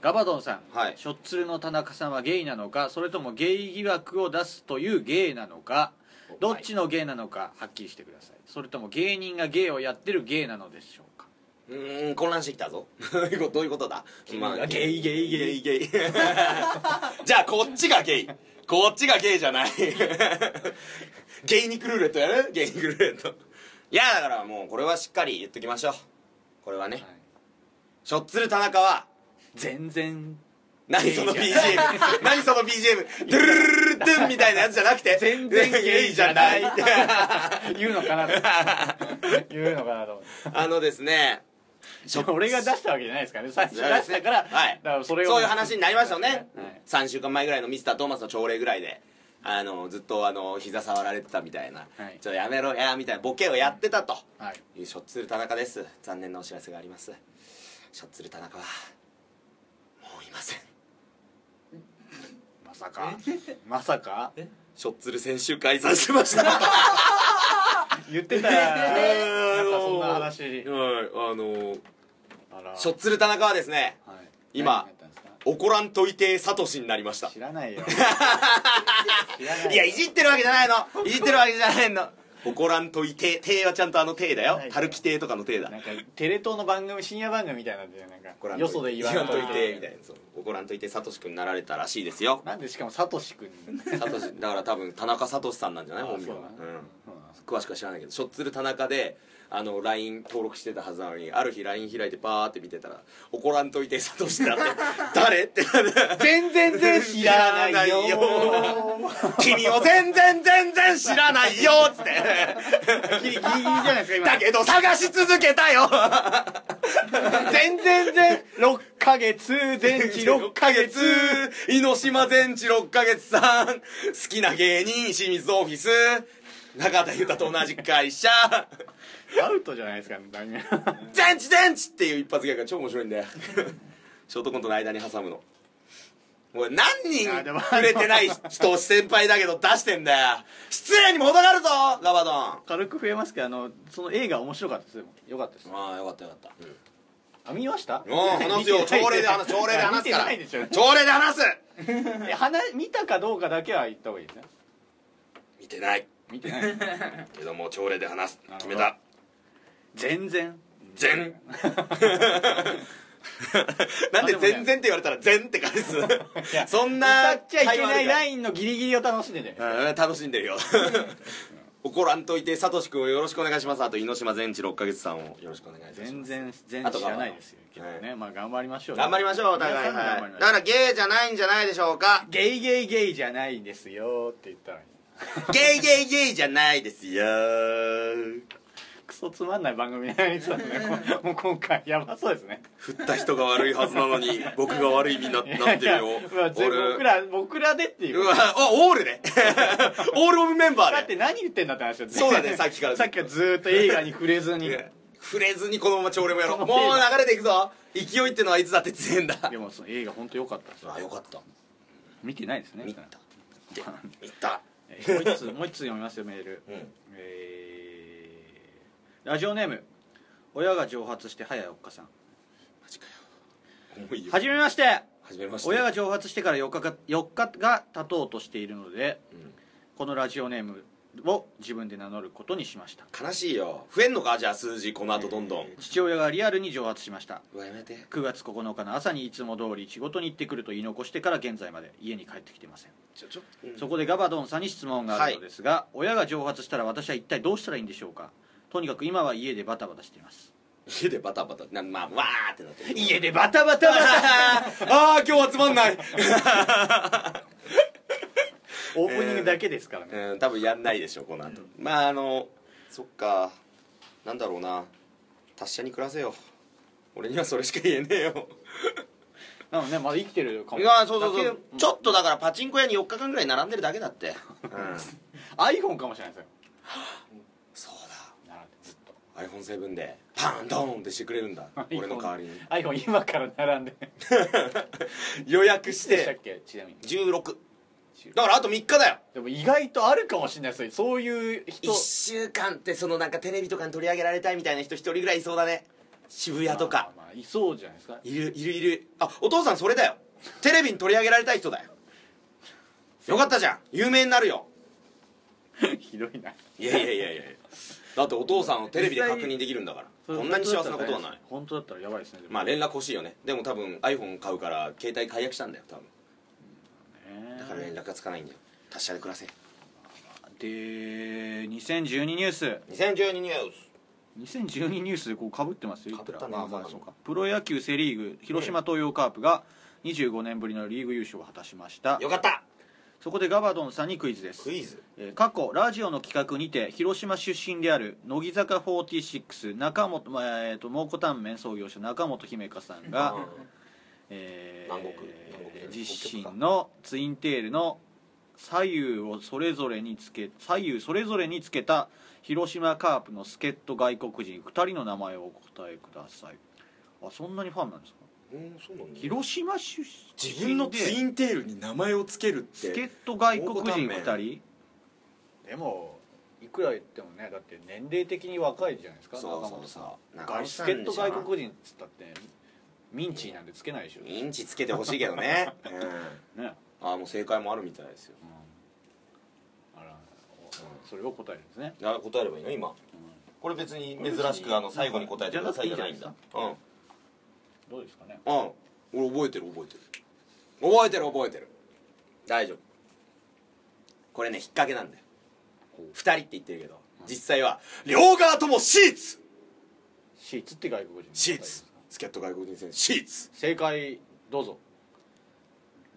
[SPEAKER 3] ガバドンさん
[SPEAKER 2] はい
[SPEAKER 3] しょっつるの田中さんはゲイなのかそれともゲイ疑惑を出すというゲイなのかどっちのゲイなのかはっきりしてくださいそれとも芸人がゲイをやってるゲイなのでしょうか
[SPEAKER 2] うーん混乱してきたぞどういうことだ、まあ、
[SPEAKER 3] ゲイゲイゲ
[SPEAKER 2] イゲイじゃあこっちがゲイこっちがゲイじゃないゲイニクルーレットやるゲイニクルーレットいやだからもうこれはしっかり言っときましょうこれはねしょっつる田中は
[SPEAKER 3] 全然
[SPEAKER 2] 何その
[SPEAKER 3] ゲ
[SPEAKER 2] BGM
[SPEAKER 3] イじゃ
[SPEAKER 2] 何その BGM ドゥルルルルルドゥンみたいなやつじゃなくて
[SPEAKER 3] 全然ゲイじゃない 言うのかなと言うのかなと思って
[SPEAKER 2] あのですね
[SPEAKER 3] でも俺が出したわけじゃないですからね最初出
[SPEAKER 2] そうです
[SPEAKER 3] し
[SPEAKER 2] ね
[SPEAKER 3] たから,、
[SPEAKER 2] はい
[SPEAKER 3] だからそれを
[SPEAKER 2] そういう話になりましたよね、
[SPEAKER 3] はい
[SPEAKER 2] 3週間前ぐらいのミスタートーマスの朝礼ぐらいであのずっとあの膝触られてたみたいな、
[SPEAKER 3] はい
[SPEAKER 2] ちょっとやめろやみたいなボケをやってたと、
[SPEAKER 3] はい
[SPEAKER 2] いうしょっつる田中です残念なお知らせがありますしょっつる田中はもういません
[SPEAKER 3] まさかまさか
[SPEAKER 2] しょっつる選手解散しましたなんか
[SPEAKER 3] 言ってたなんかそんな話
[SPEAKER 2] はいあの
[SPEAKER 3] あら
[SPEAKER 2] しょっつる田中はですね
[SPEAKER 3] はい
[SPEAKER 2] 今
[SPEAKER 3] 何やったんですか
[SPEAKER 2] 怒らんといてサトシになりました
[SPEAKER 3] 知らないよ知らな い
[SPEAKER 2] いやいじってるわけじゃないのいじってるわけじゃないの怒らんといててはちゃんとあのてだよ
[SPEAKER 3] はい
[SPEAKER 2] たるきてとかのてだ
[SPEAKER 3] なんかテレ東の番組深夜番組みたいなんでなん
[SPEAKER 2] 怒ら
[SPEAKER 3] か
[SPEAKER 2] んと
[SPEAKER 3] よ
[SPEAKER 2] い
[SPEAKER 3] そで言わ
[SPEAKER 2] 言わ
[SPEAKER 3] ん
[SPEAKER 2] ん
[SPEAKER 3] と
[SPEAKER 2] と
[SPEAKER 3] い
[SPEAKER 2] いて
[SPEAKER 3] て
[SPEAKER 2] みたいなそう怒らんといてサトシ君になられたらしいですよ
[SPEAKER 3] なんでしかもサトシ君 に
[SPEAKER 2] サトシだから多分田中サトシさんなんじゃない本名は
[SPEAKER 3] あそう
[SPEAKER 2] う
[SPEAKER 3] なん
[SPEAKER 2] ん詳しくは知らないけどしょっつる田中であの LINE 登録してたはずなのにある日 LINE 開いてパーって見てたら「怒らんといてサトシ」だ って「誰?」ってなる
[SPEAKER 3] 全然全知らないよ
[SPEAKER 2] 知らない君を全然全然知らないよっつ って
[SPEAKER 3] ギリギリギリじゃないですか
[SPEAKER 2] だけど探し続けたよ
[SPEAKER 3] 今全然全6ヶ月全治6ヶ月
[SPEAKER 2] 猪島全治6ヶ月さん好きな芸人清水オフィス中田裕太と同じ会社
[SPEAKER 3] アウトじゃないですかね番組
[SPEAKER 2] 全治全治っていう一発ギャグが超面白いんだよショートコントの間に挟むの俺何人
[SPEAKER 3] あでも
[SPEAKER 2] 触れてない人を先輩だけど出してんだよ失礼にも程があるぞガバドンあ
[SPEAKER 3] 軽く増えますけどあのその映画面白かったですよよかったです
[SPEAKER 2] あよかったよかった、
[SPEAKER 3] あ見ました
[SPEAKER 2] うん、話 すよ朝礼で話す朝礼で話すから
[SPEAKER 3] 見てないでしょ
[SPEAKER 2] 朝礼で話す
[SPEAKER 3] え話見たかどうかだけは言った方がいいですね
[SPEAKER 2] 見てない
[SPEAKER 3] 見てない
[SPEAKER 2] けどもう朝礼で話す
[SPEAKER 3] なる
[SPEAKER 2] 決
[SPEAKER 3] ほ
[SPEAKER 2] め
[SPEAKER 3] ど
[SPEAKER 2] た
[SPEAKER 3] 全然
[SPEAKER 2] 全なんで全然って言われたら全って返す
[SPEAKER 3] や
[SPEAKER 2] そんな
[SPEAKER 3] 歌っちゃいけないラ
[SPEAKER 2] イン
[SPEAKER 3] インのギリギリを楽しんでね
[SPEAKER 2] うん楽しんでるよ 怒らんといてさとし君をよろしくお願いしますあと猪島全治6ヶ月さんをよろしくお願いいたします
[SPEAKER 3] 全然全
[SPEAKER 2] あ
[SPEAKER 3] 然
[SPEAKER 2] と
[SPEAKER 3] 知
[SPEAKER 2] が
[SPEAKER 3] らないですよけどねまあ頑張りましょう
[SPEAKER 2] 頑張りましょうお
[SPEAKER 3] 皆
[SPEAKER 2] 互
[SPEAKER 3] さ
[SPEAKER 2] い
[SPEAKER 3] んも頑張
[SPEAKER 2] はい
[SPEAKER 3] りましょう
[SPEAKER 2] だからゲイじゃないんじゃないでしょうか
[SPEAKER 3] ゲイゲイゲイじゃないんですよって言ったらい
[SPEAKER 2] ゲ
[SPEAKER 3] い
[SPEAKER 2] イゲイゲイじゃないですよ
[SPEAKER 3] クソつまんない番組になりそうですねこもう今回やばそうですね
[SPEAKER 2] 振った人が悪いはずなの に僕が悪い身にななってるよ
[SPEAKER 3] いやいやまあ全部
[SPEAKER 2] 俺
[SPEAKER 3] 僕ら僕らでっていうう
[SPEAKER 2] わあオールで オールオブメンバ
[SPEAKER 3] だ
[SPEAKER 2] ー
[SPEAKER 3] っ
[SPEAKER 2] で
[SPEAKER 3] て何言ってんだって話だよね
[SPEAKER 2] そうだねさっきから
[SPEAKER 3] さっきからずーっと映画に触れずに
[SPEAKER 2] 触れずにこのまま朝礼もやろうもう
[SPEAKER 3] その程度
[SPEAKER 2] 流れていくぞ勢いってのはいつだって強えんだ
[SPEAKER 3] でもその映画本当良かったですよ
[SPEAKER 2] あよかった
[SPEAKER 3] 見てないですね
[SPEAKER 2] 見た見た
[SPEAKER 3] えーもう一つもう一つ読みますよメール、
[SPEAKER 2] うん
[SPEAKER 3] えーラジオネーム親が蒸発して早いおっかさん
[SPEAKER 2] マジかよ重いよ
[SPEAKER 3] はじめまして
[SPEAKER 2] 始めまして
[SPEAKER 3] 親が蒸発してから4日が4日が経とうとしているので
[SPEAKER 2] うん
[SPEAKER 3] このラジオネームを自分で名乗ることにしました
[SPEAKER 2] 悲しいよ増えんのかじゃあ数字この後どんどん
[SPEAKER 3] 父親がリアルに蒸発しました
[SPEAKER 2] うわやめて
[SPEAKER 3] 9月9日の朝にいつも通り仕事に行ってくると言い残してから現在まで家に帰ってきていません
[SPEAKER 4] ちょちょ
[SPEAKER 2] うん
[SPEAKER 3] そこでガバドンさんに質問があるのですが、親が蒸発したら私は一体どうしたらいいんでしょうかとにかく今は家でバタバタしています
[SPEAKER 2] 家でバタバタなまあわーってなってる
[SPEAKER 3] 家でバタバタバ
[SPEAKER 2] ああ今日はつまんない
[SPEAKER 3] タ オープニングだけですからね、
[SPEAKER 2] うん多分やんないでしょこの後まああのそっかなんだろうな達者に暮らせよ俺にはそれしか言えねえよ
[SPEAKER 3] なのでまだ生きてるかも
[SPEAKER 2] ああそうそうそ
[SPEAKER 3] だ
[SPEAKER 2] う
[SPEAKER 3] け
[SPEAKER 2] ちょっとだからパチンコ屋に4日間ぐらい並んでるだけだって、うん、
[SPEAKER 3] iPhone かもしれないですよ
[SPEAKER 2] そう
[SPEAKER 3] 並んでずっと
[SPEAKER 2] だ iPhone7 でパンドーンってしてくれるんだ俺の代わりに
[SPEAKER 3] iPhone 今から並んで
[SPEAKER 2] 予約し
[SPEAKER 3] でしたってけちなみに
[SPEAKER 2] 16だからあと3日だよ
[SPEAKER 3] でも意外とあるかもしれないですよそういう人
[SPEAKER 2] 1週間ってそのなんかテレビとかに取り上げられたいみたいな人1人ぐらいいそうだね渋谷とか
[SPEAKER 3] まあまあいそうじゃないですか
[SPEAKER 2] いるいるいるあお父さんそれだよテレビに取り上げられたい人だよよかったじゃん有名になるよ
[SPEAKER 3] ひどいない
[SPEAKER 2] やいやいやいやだってお父さんをテレビで確認できるんだからこんなに幸せなことはない
[SPEAKER 3] 本当だったらやばいですねでも
[SPEAKER 2] まあ連絡欲しいよねでも多分 iPhone 買うから携帯解約したんだよ多分
[SPEAKER 3] ね
[SPEAKER 2] だから連絡がつかないんだよ達者で暮らせ
[SPEAKER 3] で2012ニュース
[SPEAKER 2] 2012ニュース
[SPEAKER 3] 2012ニュースでこうかぶってますよ
[SPEAKER 2] 被ったね
[SPEAKER 3] いくらまあまあ
[SPEAKER 2] まさかの
[SPEAKER 3] そうかプロ野球セ・リーグ広島東洋カープが25年ぶりのリーグ優勝を果たしました
[SPEAKER 2] よかった
[SPEAKER 3] そこでガバドンさんにクイズです
[SPEAKER 2] クイズ
[SPEAKER 3] えー過去ラジオの企画にて広島出身である乃木坂46中本、まあえー、と蒙古タンメン創業者中本姫香さんが、えー
[SPEAKER 2] 南国南国
[SPEAKER 3] 自身のツインテールの左右をそれぞれにつけ左右それぞれにつけた広島カープの助っ人外国人2人の名前をお答えくださいあそんなにファンなんですか
[SPEAKER 2] うんそうなんだ
[SPEAKER 3] 広島出身で
[SPEAKER 2] 自分のツインテールに名前をつけるっ
[SPEAKER 3] 助って人外国
[SPEAKER 2] 蒙
[SPEAKER 3] 人
[SPEAKER 2] 古タン
[SPEAKER 3] 2人でもいくら言ってもねだって年齢的に若いじゃないですか
[SPEAKER 2] そう
[SPEAKER 3] 中
[SPEAKER 2] そう
[SPEAKER 3] 本さん
[SPEAKER 2] そう
[SPEAKER 3] 外助っ人外国人っつったってミンチーなんでつけないでしょ、
[SPEAKER 2] インチつけてほしいけど ね、うん、
[SPEAKER 3] ね
[SPEAKER 2] ああもう正解もあるみたいですよ
[SPEAKER 3] あらそれを答えるんですね
[SPEAKER 2] あ答えればいいの今これ別に珍しくあの最後に答えてくださいじゃないんだうん
[SPEAKER 3] どうですかね
[SPEAKER 2] うん俺覚えてる覚えてる覚えてる覚えてる大丈夫これね引っ掛けなんだよ2人って言ってるけど実際は両側ともシーツ
[SPEAKER 3] シーツって外国人
[SPEAKER 2] シーツ助っ人外国人選手シーツ
[SPEAKER 3] 正解どうぞ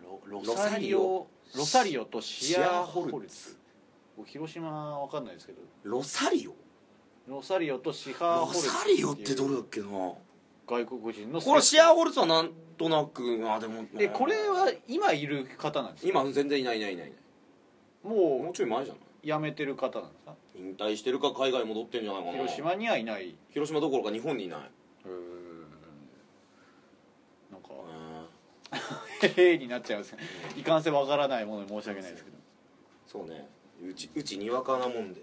[SPEAKER 3] ロ
[SPEAKER 2] ロ
[SPEAKER 3] ロ
[SPEAKER 2] サ
[SPEAKER 3] サ
[SPEAKER 2] リ
[SPEAKER 3] リ
[SPEAKER 2] オ
[SPEAKER 3] オロサリオとシ
[SPEAKER 2] シアー
[SPEAKER 3] アー
[SPEAKER 2] ホルツ
[SPEAKER 3] ホルツ僕広島は分かんないですけど
[SPEAKER 2] ロサリオ
[SPEAKER 3] ロサリオとシハー
[SPEAKER 2] ロ
[SPEAKER 3] ホルツ
[SPEAKER 2] サリオってどれ
[SPEAKER 3] う
[SPEAKER 2] だっけなこ
[SPEAKER 3] 外国人の
[SPEAKER 2] れシアーホルツはなんとなくあでも
[SPEAKER 3] えこれは今いる方なんですか
[SPEAKER 2] 今全然いないいないいないも
[SPEAKER 3] も
[SPEAKER 2] うちょい前じゃないう
[SPEAKER 3] 辞めてる方なんですか
[SPEAKER 2] 引退してるか海外戻ってんじゃないかな
[SPEAKER 3] 広島にはいない
[SPEAKER 2] 広島どころか日本にいない
[SPEAKER 3] うんなんか
[SPEAKER 2] う
[SPEAKER 3] 「
[SPEAKER 2] ん
[SPEAKER 3] へへ」になっちゃいますねいかんせわからないものに申し訳ないですけど
[SPEAKER 2] そうねうちうちにわかなもんで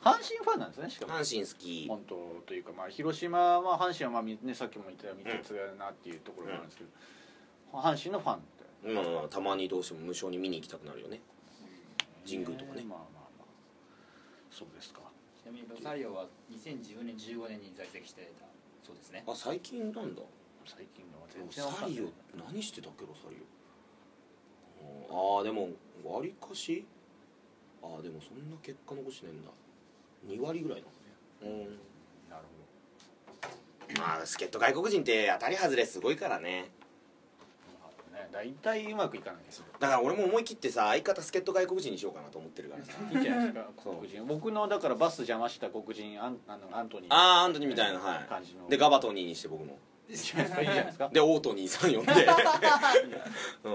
[SPEAKER 3] 阪神ファンなんですねしかも
[SPEAKER 2] 阪神好き
[SPEAKER 3] 本当というか、まあ、広島は阪神は、まあみね、さっきも言ったように三つだなっていうところがあるんですけど、阪神のファンって
[SPEAKER 2] まあたまにどうしても無償に見に行きたくなるよね神宮とかね
[SPEAKER 3] えーまあまあまあそうですか
[SPEAKER 4] ちなみにロサリオは2010年15年に在籍していたそうですね
[SPEAKER 2] あ最近なんだ
[SPEAKER 3] 最近のは全
[SPEAKER 2] ロ
[SPEAKER 3] 然わ
[SPEAKER 2] サ
[SPEAKER 3] かんな
[SPEAKER 2] リ
[SPEAKER 3] い
[SPEAKER 2] オ何してたっけロサリオうんああでも割かしああでもそんな結果残してねえんだ2割ぐらいなのね
[SPEAKER 3] なるほ
[SPEAKER 2] うんまあ助っ人外国人って当たり外れすごいからね
[SPEAKER 3] どね大体うまくいかないです
[SPEAKER 2] だから俺も思い切ってさ相方助っ人外国人にしようかなと思ってるからさ
[SPEAKER 3] いいんじゃないですか
[SPEAKER 2] そう
[SPEAKER 3] 黒人僕のだからバス邪魔した黒人アンあのアントニー
[SPEAKER 2] ああアントニーみたいなは
[SPEAKER 3] 感じの
[SPEAKER 2] いでガバトニーにして僕も
[SPEAKER 3] いいじゃないですかいいじゃないですか
[SPEAKER 2] でオートニーさん 呼んでうん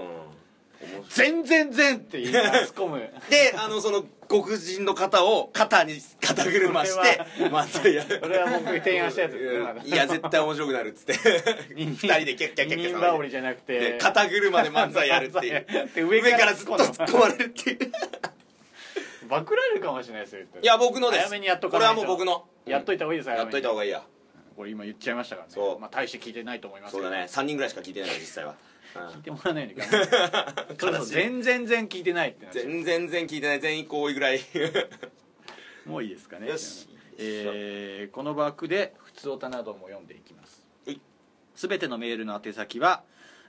[SPEAKER 2] 面白い
[SPEAKER 3] 全然全って言いながら突っ込む
[SPEAKER 2] であのその黒人の方を肩に肩車してまたやる
[SPEAKER 3] それは僕提案したやつですねまだ
[SPEAKER 2] いや絶対面白くなるっ つって二人でキャッキャッキャッキャ
[SPEAKER 3] 二人
[SPEAKER 2] 騒
[SPEAKER 3] 羽
[SPEAKER 2] い
[SPEAKER 3] 織じゃなく
[SPEAKER 2] で
[SPEAKER 3] て
[SPEAKER 2] で肩車で漫才やるっていう
[SPEAKER 3] で
[SPEAKER 2] 上
[SPEAKER 3] 上
[SPEAKER 2] か
[SPEAKER 3] からら
[SPEAKER 2] ず
[SPEAKER 3] ず
[SPEAKER 2] っ
[SPEAKER 3] っ
[SPEAKER 2] と
[SPEAKER 3] と
[SPEAKER 2] 突っ込まれるっていう
[SPEAKER 3] バクられるかもし れないですよ
[SPEAKER 2] いや僕のです
[SPEAKER 3] 早めにやっと
[SPEAKER 2] こ
[SPEAKER 3] か
[SPEAKER 2] れ
[SPEAKER 3] ない
[SPEAKER 2] は
[SPEAKER 3] と
[SPEAKER 2] もう僕の
[SPEAKER 3] やっといた方がいいです
[SPEAKER 2] うんやっといた方がいいや
[SPEAKER 3] これ今言っちゃいましたからね
[SPEAKER 2] そう
[SPEAKER 3] まあ大して聞いてないと思います
[SPEAKER 2] そ
[SPEAKER 3] け
[SPEAKER 2] う
[SPEAKER 3] ど
[SPEAKER 2] だね3人ぐらいしか聞いてないの実際は、う
[SPEAKER 3] 聞い
[SPEAKER 2] ん
[SPEAKER 3] てもらわないように頑 張ってそれこそ全然全聞いてないってなっちゃう
[SPEAKER 2] 全然全然聞いてない全員多いぐらい
[SPEAKER 3] もういいですかね
[SPEAKER 2] よし
[SPEAKER 3] えーこのバックで「ふつおた」なども読んでいきます
[SPEAKER 2] はい
[SPEAKER 3] すべてのメールの宛先は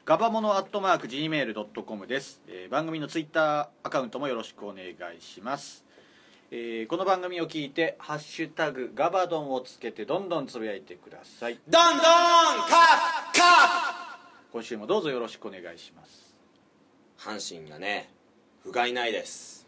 [SPEAKER 3] ガバモノアットマーク Gmail.com です、えー番組のツイッターアカウントもよろしくお願いします、えーこの番組を聞いて「ハッシュタグガバドン」をつけてどんどんつぶやいてください
[SPEAKER 2] どんどんカッ
[SPEAKER 3] 今週もどうぞよろしくお願いします
[SPEAKER 2] カッ阪神がね不甲斐ないです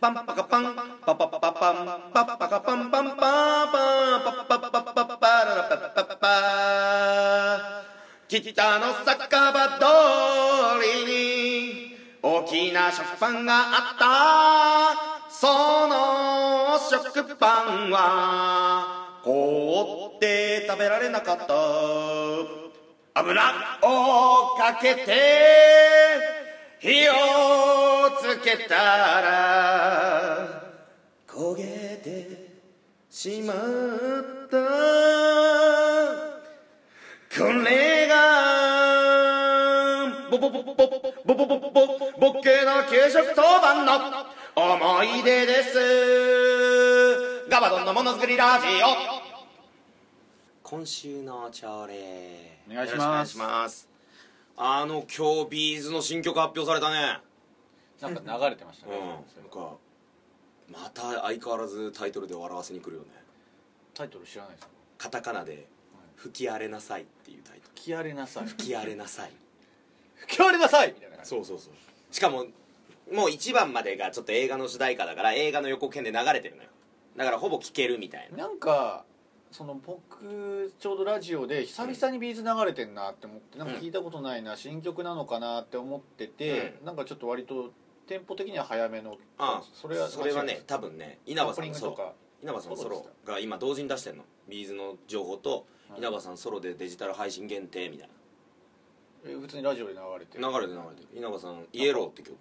[SPEAKER 3] パンパカパンパパパパパンパパカパンパンパンパンパパパパパパパララパパパパ
[SPEAKER 2] 北の酒場通りに大きな食パンがあったその食パンは凍って食べられなかった油をかけて火をつけたら焦げてしまったこれがぼぼぼぼぼぼぼぼぼぼ僕の給食当番の思い出ですガバドンのものづくりラジオ今週の朝礼
[SPEAKER 3] お願い
[SPEAKER 2] よろくお
[SPEAKER 3] します
[SPEAKER 2] 願いしますあの今日ビーズの新曲発表されたね
[SPEAKER 3] なんか流れてました
[SPEAKER 2] うん
[SPEAKER 3] ね
[SPEAKER 2] なんかまた相変わらずタイトルで笑わせに来るよね
[SPEAKER 3] タイトル知らないですか
[SPEAKER 2] カタカナで「吹き荒れなさい」っていうタイトル
[SPEAKER 3] 吹き荒れなさい
[SPEAKER 2] 吹き荒れなさい
[SPEAKER 3] 吹き荒れなさいみたいな感じ
[SPEAKER 2] そうそうそうしかももう1番までがちょっと映画の主題歌だから映画の予告編で流れてるのよだからほぼ聴けるみたいな
[SPEAKER 3] なんかその僕ちょうどラジオで久々にビーズ流れてんなって思ってなんか聞いたことないな、新曲なのかなって思ってて、なんかちょっと割とテンポ的には早めの
[SPEAKER 2] ああ
[SPEAKER 3] それは
[SPEAKER 2] それは
[SPEAKER 3] 間違い
[SPEAKER 2] ね
[SPEAKER 3] ない
[SPEAKER 2] 多分ね稲
[SPEAKER 3] カ
[SPEAKER 2] 葉
[SPEAKER 3] ッ
[SPEAKER 2] さ
[SPEAKER 3] プ
[SPEAKER 2] ん
[SPEAKER 3] リン
[SPEAKER 2] の
[SPEAKER 3] グ
[SPEAKER 2] ソ
[SPEAKER 3] と
[SPEAKER 2] ロ
[SPEAKER 3] か
[SPEAKER 2] 稲葉さんのソ
[SPEAKER 3] そう
[SPEAKER 2] ロ
[SPEAKER 3] で
[SPEAKER 2] が今同時に出してんのビーズの情報と
[SPEAKER 3] はい
[SPEAKER 2] 稲葉さんソロでデジタル配信限定みたい
[SPEAKER 3] え普通にラジオで流れて
[SPEAKER 2] な流れで流れてる稲葉さん「イエロー」って曲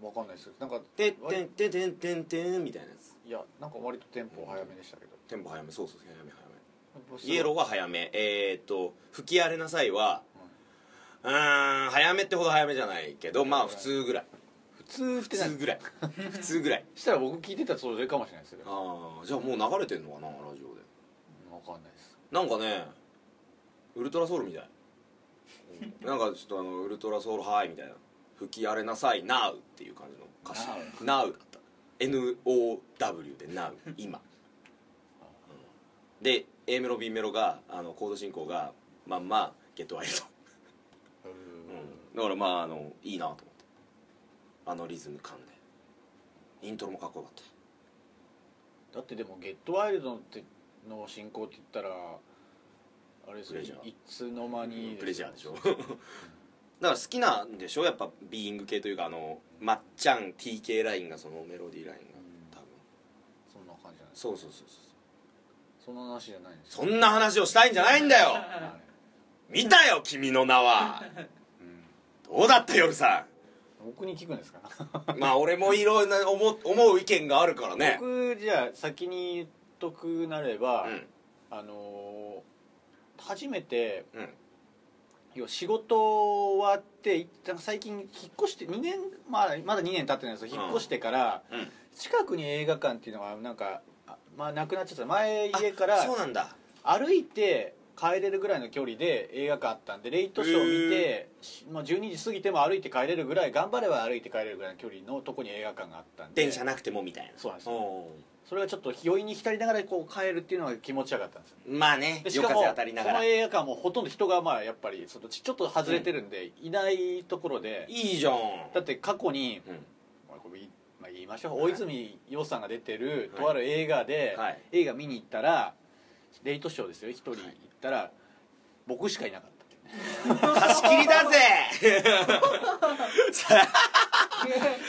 [SPEAKER 3] わかんないですけどなんか
[SPEAKER 2] 「てってんてんてんてんてん」みたいなやつ
[SPEAKER 3] いやなんか割とテンポ早めでしたけど、
[SPEAKER 2] テンポ早めそうそう早め早めイエローは早めえー、っと「吹き荒れなさいは」うーん早めってほど早めじゃないけどまあ普通ぐらい
[SPEAKER 3] 普通
[SPEAKER 2] 普
[SPEAKER 3] 普
[SPEAKER 2] 通
[SPEAKER 3] 通
[SPEAKER 2] ぐらい普通ぐらい
[SPEAKER 3] したら僕聞いてたらそれかもしれないですけどわ
[SPEAKER 2] ああじゃあもう流れてんのかなラジオで
[SPEAKER 3] かんないです
[SPEAKER 2] なんかねウルトラソウルみたいなんかちょっとあのウルトラソウルハイみたいな吹き荒れなさい NOW っていう感じの歌詞 NOW だった NOW で NOW 今、うんで A メロ B メロがあのコード進行がまんまゲットワイルド
[SPEAKER 3] うーん
[SPEAKER 2] だからまああのいいなと思ってあのリズム感でイントロもかっこよかっ
[SPEAKER 3] だってでも「ゲットワイルド」っての進行って言ったらあれです
[SPEAKER 2] プ
[SPEAKER 3] よ
[SPEAKER 2] レジャー
[SPEAKER 3] いつの間
[SPEAKER 2] た
[SPEAKER 3] に
[SPEAKER 2] プレジャーでしょ だから好きなんでしょやっぱビーイング系というかあのまっちゃん TK ラインがそのメロディーラインが多分
[SPEAKER 3] そんな感じじゃないです
[SPEAKER 2] そうそうそうそ
[SPEAKER 3] そんな話じゃないんです
[SPEAKER 2] うそんな話をしたいんじゃないんだよ
[SPEAKER 3] はい
[SPEAKER 2] 見たよ君の名はどうだった夜さ
[SPEAKER 3] 僕に聞くんですか
[SPEAKER 2] んまあ俺もいろんな思う思う意見があるからね
[SPEAKER 3] 僕じゃあ先に言っとくなれば、
[SPEAKER 2] うん
[SPEAKER 3] あのー初めて
[SPEAKER 2] うん
[SPEAKER 3] 要は仕事終わってなんか最近引っ越して2年、まあ、まだ2年経ってないんですけど
[SPEAKER 2] うん
[SPEAKER 3] 引っ越してから
[SPEAKER 2] うん
[SPEAKER 3] 近くに映画館っていうのがなんかあまあなくなっちゃった前家から
[SPEAKER 2] あそうなんだ
[SPEAKER 3] 歩いて帰れるぐらいの距離で映画館あったんでレイトショー見て、まあ、12時過ぎても歩いて帰れるぐらい頑張れば歩いて帰れるぐらいの距離のとこに映画館があったんで
[SPEAKER 2] 電車なくてもみたいな
[SPEAKER 3] そうなんですよ
[SPEAKER 2] お
[SPEAKER 3] それがちょっと酔いに浸りながらこう帰るっていうのが気持ちよかったんですよ
[SPEAKER 2] ーまあね
[SPEAKER 3] でし
[SPEAKER 2] 夜
[SPEAKER 3] か
[SPEAKER 2] 風
[SPEAKER 3] も
[SPEAKER 2] 当たりな
[SPEAKER 3] そ
[SPEAKER 2] がら
[SPEAKER 3] の映画館もほとんど人がまあやっぱりそのちちょっと外れてるんで、いないところで
[SPEAKER 2] いいじゃん
[SPEAKER 3] だって過去に、
[SPEAKER 2] うん
[SPEAKER 3] まあ、これ言いまあ言いましょう、
[SPEAKER 2] はい
[SPEAKER 3] 大泉洋さんが出てる
[SPEAKER 2] はい
[SPEAKER 3] とある映画で、
[SPEAKER 2] はい
[SPEAKER 3] 映画見に行ったらレイトショーですよ一人行ったら、僕しかいなかった
[SPEAKER 2] 貸し切りだぜ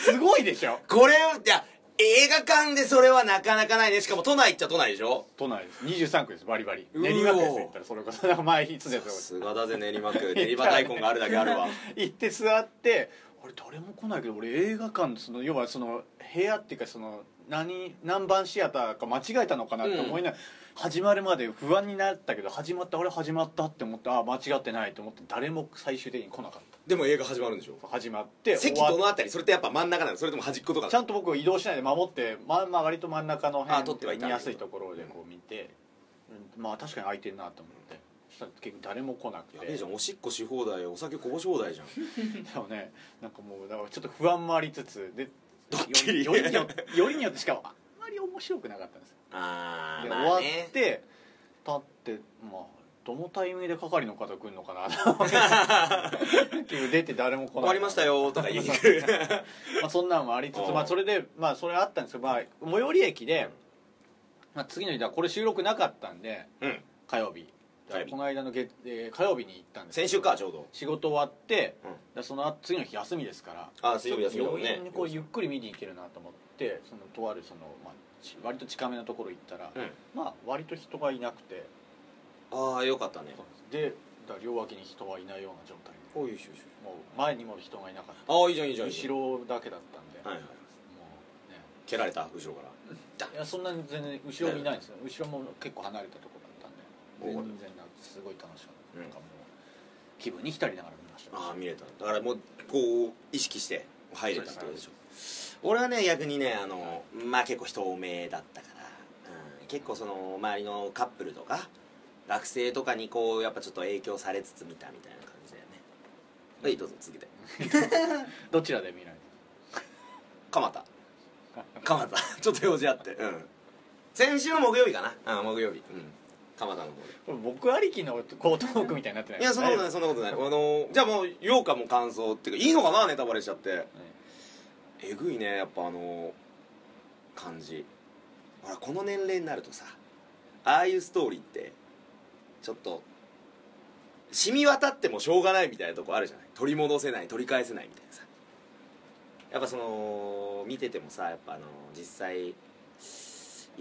[SPEAKER 3] すごいでしょ
[SPEAKER 2] これをいや映画館でそれはなかなかないねしかも都内っちゃ都内でしょ
[SPEAKER 3] 都内です23区ですバリバリ
[SPEAKER 2] うおー
[SPEAKER 3] 練馬区です行ったらそれこそ なんか前いつで
[SPEAKER 2] さすがだぜ練馬区練馬大根があるだけあるわ
[SPEAKER 3] 行って座って俺誰も来ないけど俺映画館その要はその部屋っていうかその何何番シアターか間違えたのかなって思いながら、始まるまで不安になったけど始まった俺始まったって思ってああ間違ってないと思って誰も最終的に来なかっ
[SPEAKER 2] でも映画始まるんでしょ
[SPEAKER 3] た始まって
[SPEAKER 2] 席
[SPEAKER 3] 終
[SPEAKER 2] ど
[SPEAKER 3] わ
[SPEAKER 2] のあたりそれってやっぱ真ん中なのそれとも端っことか
[SPEAKER 3] ちゃんと僕移動しないで守って、まあ、まあ割と真ん中の辺
[SPEAKER 2] あ撮ってはいた
[SPEAKER 3] 見やすいところでこう見て、うんまあ確かに空いてるなと思ってそしたら結局誰も来なく
[SPEAKER 2] やべえ
[SPEAKER 3] て
[SPEAKER 2] じゃんおしっこし放題お酒こぼし放題じゃん
[SPEAKER 3] でもねなんかもうだからちょっと不安もありつつで
[SPEAKER 2] ドッキリ
[SPEAKER 3] よりよりによよりによってしかもあんまり面白くなかったんですよ
[SPEAKER 2] あ
[SPEAKER 3] で
[SPEAKER 2] ー
[SPEAKER 3] 終
[SPEAKER 2] ま
[SPEAKER 3] わ
[SPEAKER 2] あ
[SPEAKER 3] っ
[SPEAKER 2] ね
[SPEAKER 3] て立ってまあどのタイミングで係の方来るのかなと思って 結局出て誰も来ない
[SPEAKER 2] 終わりましたよとか言いに来る
[SPEAKER 3] まあ、そんなんもありつ
[SPEAKER 2] う
[SPEAKER 3] つ、
[SPEAKER 2] ん
[SPEAKER 3] まあ、それで、まあ、それあったんですけど、まあ、最寄り駅で、まあ、次の日だこれ収録なかったんで
[SPEAKER 2] うん
[SPEAKER 3] 火曜日だか
[SPEAKER 2] 火曜
[SPEAKER 3] ら
[SPEAKER 2] 日
[SPEAKER 3] この間の月、えー火曜日に行ったんですけど
[SPEAKER 2] 先週かちょうど
[SPEAKER 3] 仕事終わって、
[SPEAKER 2] うん
[SPEAKER 3] だからその後次の日休みですから
[SPEAKER 2] あー水曜日休みだもんね
[SPEAKER 3] ちょっと病院にこうゆっくり見に行けるなと思ってそのとあるその、まあ、ち割と近めのところ行ったら、
[SPEAKER 2] うん
[SPEAKER 3] まあ割と人がいなくて
[SPEAKER 2] ああよかったね
[SPEAKER 3] でだから両脇に人はいないような状態で
[SPEAKER 2] おいしょよいし
[SPEAKER 3] もう前にも人がいなかった
[SPEAKER 2] ょああいいじゃんいいじゃんいいじゃん
[SPEAKER 3] 後ろだけだったんで、
[SPEAKER 2] はいはい
[SPEAKER 3] もうね
[SPEAKER 2] 蹴られた後ろから
[SPEAKER 3] いやそんなに全然後ろ見ないんですよ後ろも結構離れたとこだったんで
[SPEAKER 2] おう
[SPEAKER 3] 全然なんかすごい楽しかった、
[SPEAKER 2] うん
[SPEAKER 3] なんかもう気分に浸りながら見ました
[SPEAKER 2] ああ見れただからもうこう意識して入れたってことでしょ俺はね逆にねあのまあ結構人多めだったから、うん、結構その周りのカップルとか学生とかにこうやっぱちょっと影響されつつ見たみたいな感じだよねはいどうぞ続けて
[SPEAKER 3] どちらで見られ
[SPEAKER 2] 蒲田蒲田ちょっと用事あってうん先週の木曜日かなうん木曜日うん蒲田の方
[SPEAKER 3] た僕ありきのこうトークみたいになってな
[SPEAKER 2] でい
[SPEAKER 3] い
[SPEAKER 2] やそんなことないそんなことないあのじゃあもうようかも感想っていうかいいのかなネタバレしちゃってえぐいねやっぱあの感じほらこの年齢になるとさああいうストーリーってちょっと染み渡ってもしょうがないみたいなとこあるじゃない取り戻せない取り返せないみたいなさやっぱその見ててもさやっぱあの実際い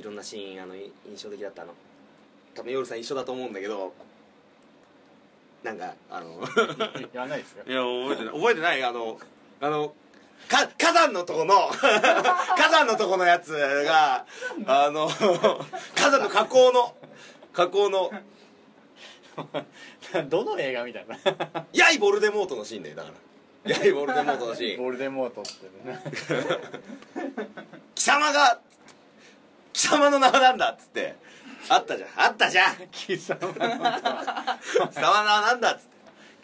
[SPEAKER 2] ろんなシーンあのい印象的だったあの多分夜さん一緒だと思うんだけどなんかあの
[SPEAKER 3] はいやらないですよ
[SPEAKER 2] いや覚えてない覚えてないあのあのか火山のとこの 火山のとこのやつがあの火山の火口の火口の
[SPEAKER 3] どの映画みたいな
[SPEAKER 2] ヤイボルデモートのシーンだよだからヤイボルデモートのシーン
[SPEAKER 3] ボルデモートってね
[SPEAKER 2] 貴様が貴様の名はなんだっつってあったじゃんあったじゃん
[SPEAKER 3] 貴様
[SPEAKER 2] 貴
[SPEAKER 3] の
[SPEAKER 2] 様の名はなんだっつって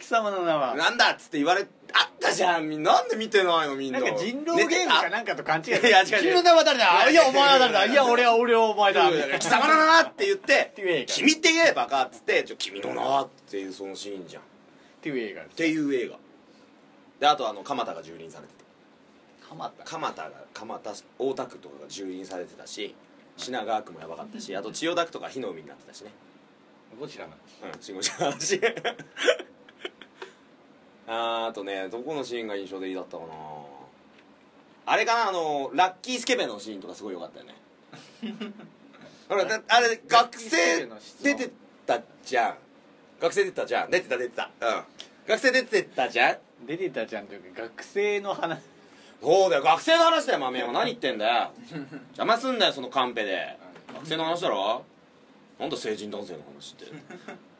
[SPEAKER 3] 貴様の名は
[SPEAKER 2] なんだっつって言われあったじゃんみんななんで見てないのみん
[SPEAKER 3] な
[SPEAKER 2] なん
[SPEAKER 3] か人狼ゲームかなんかと勘違い
[SPEAKER 2] いや違う違う
[SPEAKER 3] 君の名は誰だあいやお前は誰だいや俺は俺はお前だ
[SPEAKER 2] いやいや いや貴様の名はって言って
[SPEAKER 3] ていう
[SPEAKER 2] 「
[SPEAKER 3] 映画
[SPEAKER 2] 君って言えばか」っつって「ちょ君の名は」っていうそのシーンじゃんっ
[SPEAKER 3] っていう映画です
[SPEAKER 2] ていう映画であとあの蒲田が蹂躙されて
[SPEAKER 3] 蒲
[SPEAKER 2] た蒲田が蒲田大田区とかが蹂躙されてたし品川区もやばかったしあと千代田区とか火の海になってたしね
[SPEAKER 3] どちらなんで
[SPEAKER 2] うん慎吾ちゃんの話 あーあとねどこのシーンが印象的だったかなあれかなあのラッキースケベのシーンとかすごい良かったよねほらだあれ学生出てたじゃん学生出てたじゃん出てた出てたうん学生出てたじゃん
[SPEAKER 3] 出てたちゃんというか学生の話
[SPEAKER 2] そうだよ学生の話だよ豆山何言ってんだよ邪魔すんだよそのカンペで学生の話だろなんだ成人男性の話って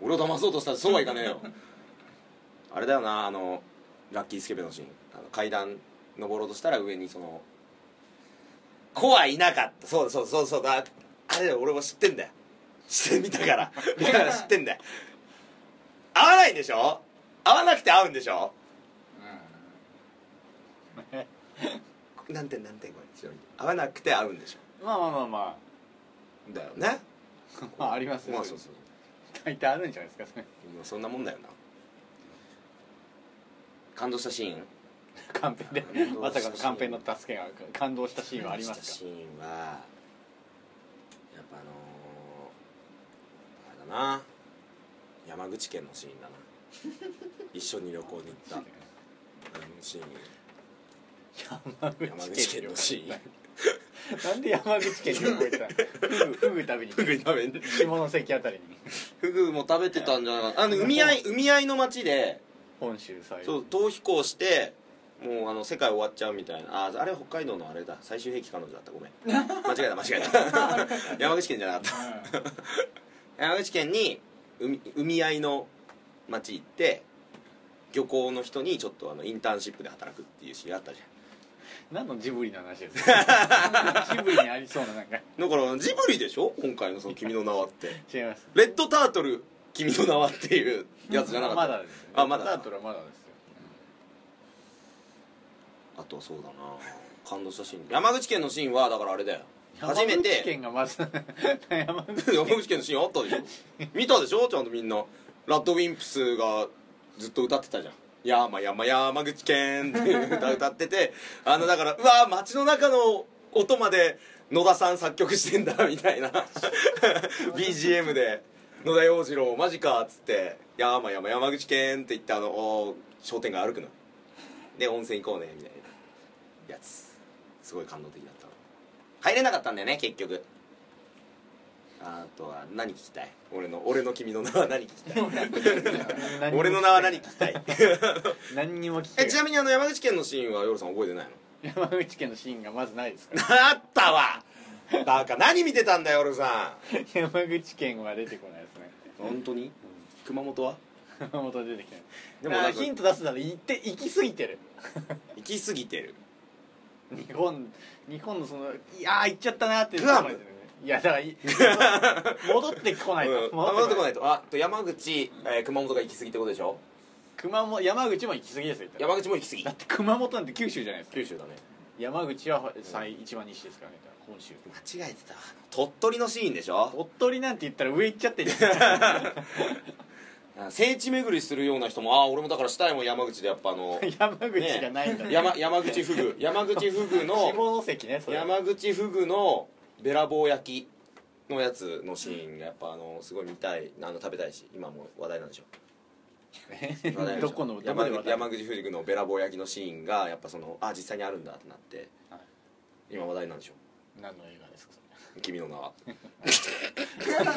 [SPEAKER 2] 俺を騙そうとしたらそうはいかねえよあれだよなあのラッキースケベのシーンあの階段登ろうとしたら上にその子はいなかったそうだそうだそうだそうだあれだよ俺も知ってんだよ知ってみたから見たから知ってんだよ合わないんでしょ合わなくて合うんでしょ何点何点これ合わなくて合うんでしょ
[SPEAKER 3] まあまあ まあま
[SPEAKER 2] だよね
[SPEAKER 3] あまあありますよ
[SPEAKER 2] まあそうそう
[SPEAKER 3] 大体あるんじゃないですかそれ
[SPEAKER 2] もうそんなもんだよな感動したシーン
[SPEAKER 3] カンペでまさかのカンペの助けが感動したシーンはありま
[SPEAKER 2] 感動した
[SPEAKER 3] す
[SPEAKER 2] シ
[SPEAKER 3] か
[SPEAKER 2] ーンはやっぱあのー、あれだな山口県のシーンだ な一緒に旅行に行ったあのシーン山口県のシーン
[SPEAKER 3] なんで山口県に覚えたフグフグ食べに行
[SPEAKER 2] フグ
[SPEAKER 3] く
[SPEAKER 2] 食べん
[SPEAKER 3] 下関あたりに
[SPEAKER 2] フグも食べてたんじゃないかなあの海あい海あいの町で
[SPEAKER 3] 本州最
[SPEAKER 2] そう
[SPEAKER 3] 後
[SPEAKER 2] 逃避行してもうあの世界終わっちゃうみたいなああれは北海道のあれだ最終兵器彼女だったごめ ん間違えた間違えた 山口県じゃなかった山口県に海海合いの町行って漁港の人にちょっとあのインターンシップで働くっていうシーンあったじゃ
[SPEAKER 3] 何のジブリの話で すかジブリにありそうななんか
[SPEAKER 2] んだからジブリでしょ今回のその「君の名は」って
[SPEAKER 3] 違います
[SPEAKER 2] 「レッドタートル君の名は」っていうやつじゃなかった
[SPEAKER 3] まだです
[SPEAKER 2] あまだ
[SPEAKER 3] タートルはまだですよ
[SPEAKER 2] あとはそうだな感動したシーン山口県のシーンはだからあれだよ初め
[SPEAKER 3] 山口
[SPEAKER 2] て
[SPEAKER 3] 県がまず 山 口
[SPEAKER 2] 山口県のシーンあったでしょ見たでしょちゃんとみんなラッドウィンプスがずっと歌ってたじゃん「山山山口県」っていう歌歌っててあのだからうわ街の中の音まで野田さん作曲してんだ みたいな BGM で野田洋次郎マジかっつって「山山山口県」って言ってあのおー商店街歩くので温泉行こうねみたいなやつすごい感動的だった入れなかったんだよね結局あとは何聞きたい俺の俺の君の名は 何聞きたい
[SPEAKER 3] 何にも
[SPEAKER 2] 俺の名は何聞きた い
[SPEAKER 3] 何にも聞け
[SPEAKER 2] え
[SPEAKER 3] ない
[SPEAKER 2] ちなみにあの山口県のシーンは夜さん覚えてないの
[SPEAKER 3] 山口県のシーンがまずないですから
[SPEAKER 2] あったわ バカ何見てたんだよ夜さ
[SPEAKER 3] 山口県は出てこないですね
[SPEAKER 2] ん本当に熊本は
[SPEAKER 3] 熊本出てきてない
[SPEAKER 2] で
[SPEAKER 3] で
[SPEAKER 2] も
[SPEAKER 3] も
[SPEAKER 2] なんか
[SPEAKER 3] ヒント出すなら行って行き過ぎてる
[SPEAKER 2] 行き過ぎてる
[SPEAKER 3] 日本日本のそのいやー行っちゃったなっていう
[SPEAKER 2] グアム
[SPEAKER 3] ところですよねいやだから い戻ってこないと、
[SPEAKER 2] うんあ戻ってこないとあと山口、えー熊本が行き過ぎってことでしょ
[SPEAKER 3] 熊本山口も行き過ぎですよ言ったら
[SPEAKER 2] 山口も行き過ぎ
[SPEAKER 3] だって熊本なんて九州じゃないですか
[SPEAKER 2] 九州だね
[SPEAKER 3] 山口は最、一番西ですからね本州
[SPEAKER 2] 間違えてたわ鳥取のシーンでしょ
[SPEAKER 3] 鳥取なんて言ったら上行っちゃってるじゃん
[SPEAKER 2] あ聖地巡りするような人もああ俺もだからしたいもん山口でやっぱあ の
[SPEAKER 3] 山口がないんだ、
[SPEAKER 2] ね山山口フグ山口フ グの
[SPEAKER 3] 下関ねそれ
[SPEAKER 2] 山口フグのべらぼう焼きのやつのシーンがやっぱあのすごい見たいあの食べたいし今も話題なんでしょ話題なんでしょ
[SPEAKER 3] どこのどこ
[SPEAKER 2] 山
[SPEAKER 3] で
[SPEAKER 2] 口
[SPEAKER 3] 渡
[SPEAKER 2] 山口フグのべらぼう焼きのシーンがやっぱそのあ実際にあるんだってなって、
[SPEAKER 3] はい
[SPEAKER 2] 今話題なんでしょ
[SPEAKER 3] 何の映画ですかそ
[SPEAKER 2] 君の名は
[SPEAKER 3] れ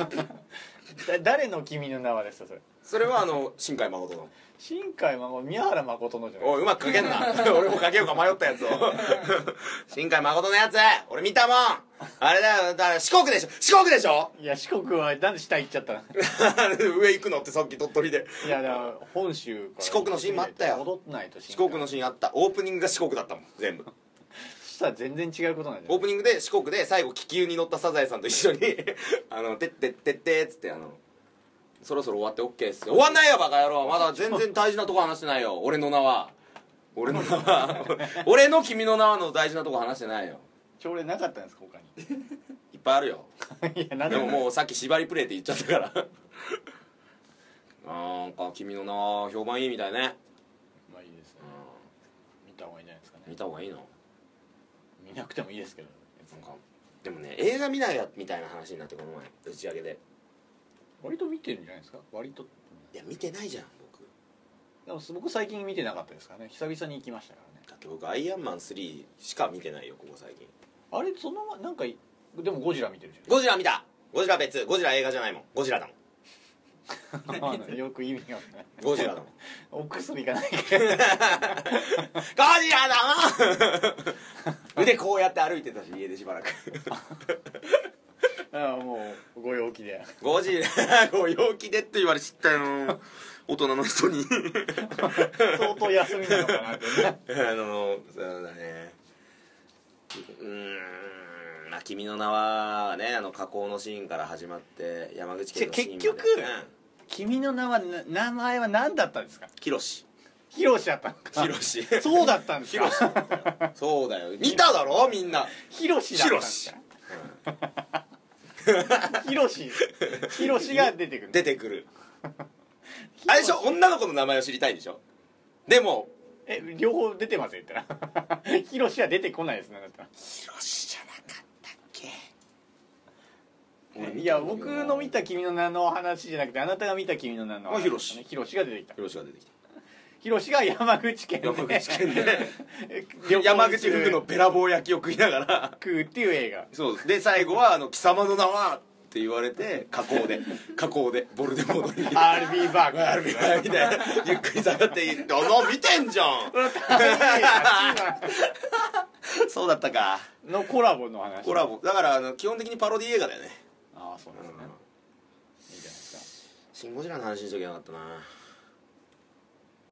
[SPEAKER 3] だ誰の君の名はですかそれ
[SPEAKER 2] それはあの新海誠の
[SPEAKER 3] 新海誠宮原誠のじゃない
[SPEAKER 2] おいうまく書けんな 俺も書けようか迷ったやつを 新海誠のやつ俺見たもんあれだよだから四国でしょ四国でしょ
[SPEAKER 3] いや四国はなんで下行っちゃったの
[SPEAKER 2] 上行くのってさっき鳥取で
[SPEAKER 3] いやだから本州から
[SPEAKER 2] 四国のシーンもあったよ
[SPEAKER 3] 戻ってないと
[SPEAKER 2] 四国の
[SPEAKER 3] シーン
[SPEAKER 2] シーンあったオープニングが四国だったもん全部
[SPEAKER 3] そしたら全然違うことなんじゃな
[SPEAKER 2] オー
[SPEAKER 3] い
[SPEAKER 2] プニングで四国で最後気球に乗ったサザエさんと一緒 にあの「てってってって」っつってあのそろそろ終わって OK っすよ終わんないよバカ野郎 まだ全然大事なとこ話してないよ俺の名は俺の名は 俺の君の名はの大事なとこ話してないよ
[SPEAKER 3] 朝礼なかったんですか他
[SPEAKER 2] いっぱいあるよ
[SPEAKER 3] にいや何
[SPEAKER 2] でもも
[SPEAKER 3] う
[SPEAKER 2] うさっき縛りプレイって言っちゃった からなんか君の名は評判いいみたいね、
[SPEAKER 3] まあいいですね
[SPEAKER 2] う
[SPEAKER 3] 見た方がいいんじゃないですか
[SPEAKER 2] ん、見
[SPEAKER 3] ね
[SPEAKER 2] た方がいいの
[SPEAKER 3] 見なくてもいいですけど
[SPEAKER 2] なんかでもね映画見ないやみたいな話になってこの前打ち上げで
[SPEAKER 3] 割と見てるんじゃないですか割と
[SPEAKER 2] いや見てないじゃん僕
[SPEAKER 3] でも僕最近見てなかったですからね久々に行きましたからね
[SPEAKER 2] だって僕アイアンマン3しか見てないよここ最近
[SPEAKER 3] あれそのなんかでもゴジラ見てるじ
[SPEAKER 2] ゴジラ見たゴジラ別ゴジラ映画じゃないもんゴジラだもん
[SPEAKER 3] ゃんよく意味がわかんない
[SPEAKER 2] ゴジラだも んゴ
[SPEAKER 3] お薬がないから
[SPEAKER 2] ジラだもん 腕こうやって歩いてたし家でしばらく
[SPEAKER 3] ああもうご陽気で
[SPEAKER 2] ゴジラご陽気でって言われ知ったよ大人の人に
[SPEAKER 3] 相当休みなのかなって ね
[SPEAKER 2] あのそうだねうーんまあ君の名はねあの加工のシーンから始まって山口県のシーンまで
[SPEAKER 3] じゃあ結局君の名はな名前は何だったんですか
[SPEAKER 2] ヒロシ
[SPEAKER 3] ヒロシだったのか
[SPEAKER 2] ヒロシ
[SPEAKER 3] そうだったんですか
[SPEAKER 2] ヒそうだよ見ただろみんな
[SPEAKER 3] ヒロシだったんですかヒロシヒロシが出てくる
[SPEAKER 2] 出てくるあれでしょ女の子の名前を知りたいでしょでも
[SPEAKER 3] え両方出てますよ言ったらヒロシは出てこないですねだった
[SPEAKER 2] ヒロシじゃなかったっけ
[SPEAKER 3] らいや僕の見た君の名の話じゃなくてあなたが見た君の名の話
[SPEAKER 2] あヒロシ
[SPEAKER 3] ヒロシが出てきた
[SPEAKER 2] ヒロシが出てきた
[SPEAKER 3] ヒロシが山口県で
[SPEAKER 2] 山口県で
[SPEAKER 3] 旅行 に
[SPEAKER 2] 山口 フグのべらぼう焼きを食いながら
[SPEAKER 3] 食うっていう映画
[SPEAKER 2] そうで最後はあの「貴様の名は」って言われて加工で加工でボルデモードに
[SPEAKER 5] RB バーグ
[SPEAKER 2] あるみたいなゆっくり下がっていって「あの見てんじゃん!」 そうだったか
[SPEAKER 5] のコラボの話
[SPEAKER 2] コラボだからあの基本的にパロディ映画だよね
[SPEAKER 3] ああそうですねいいじゃないですか
[SPEAKER 2] 「シン・ゴジラ」の話にしときゃよかったな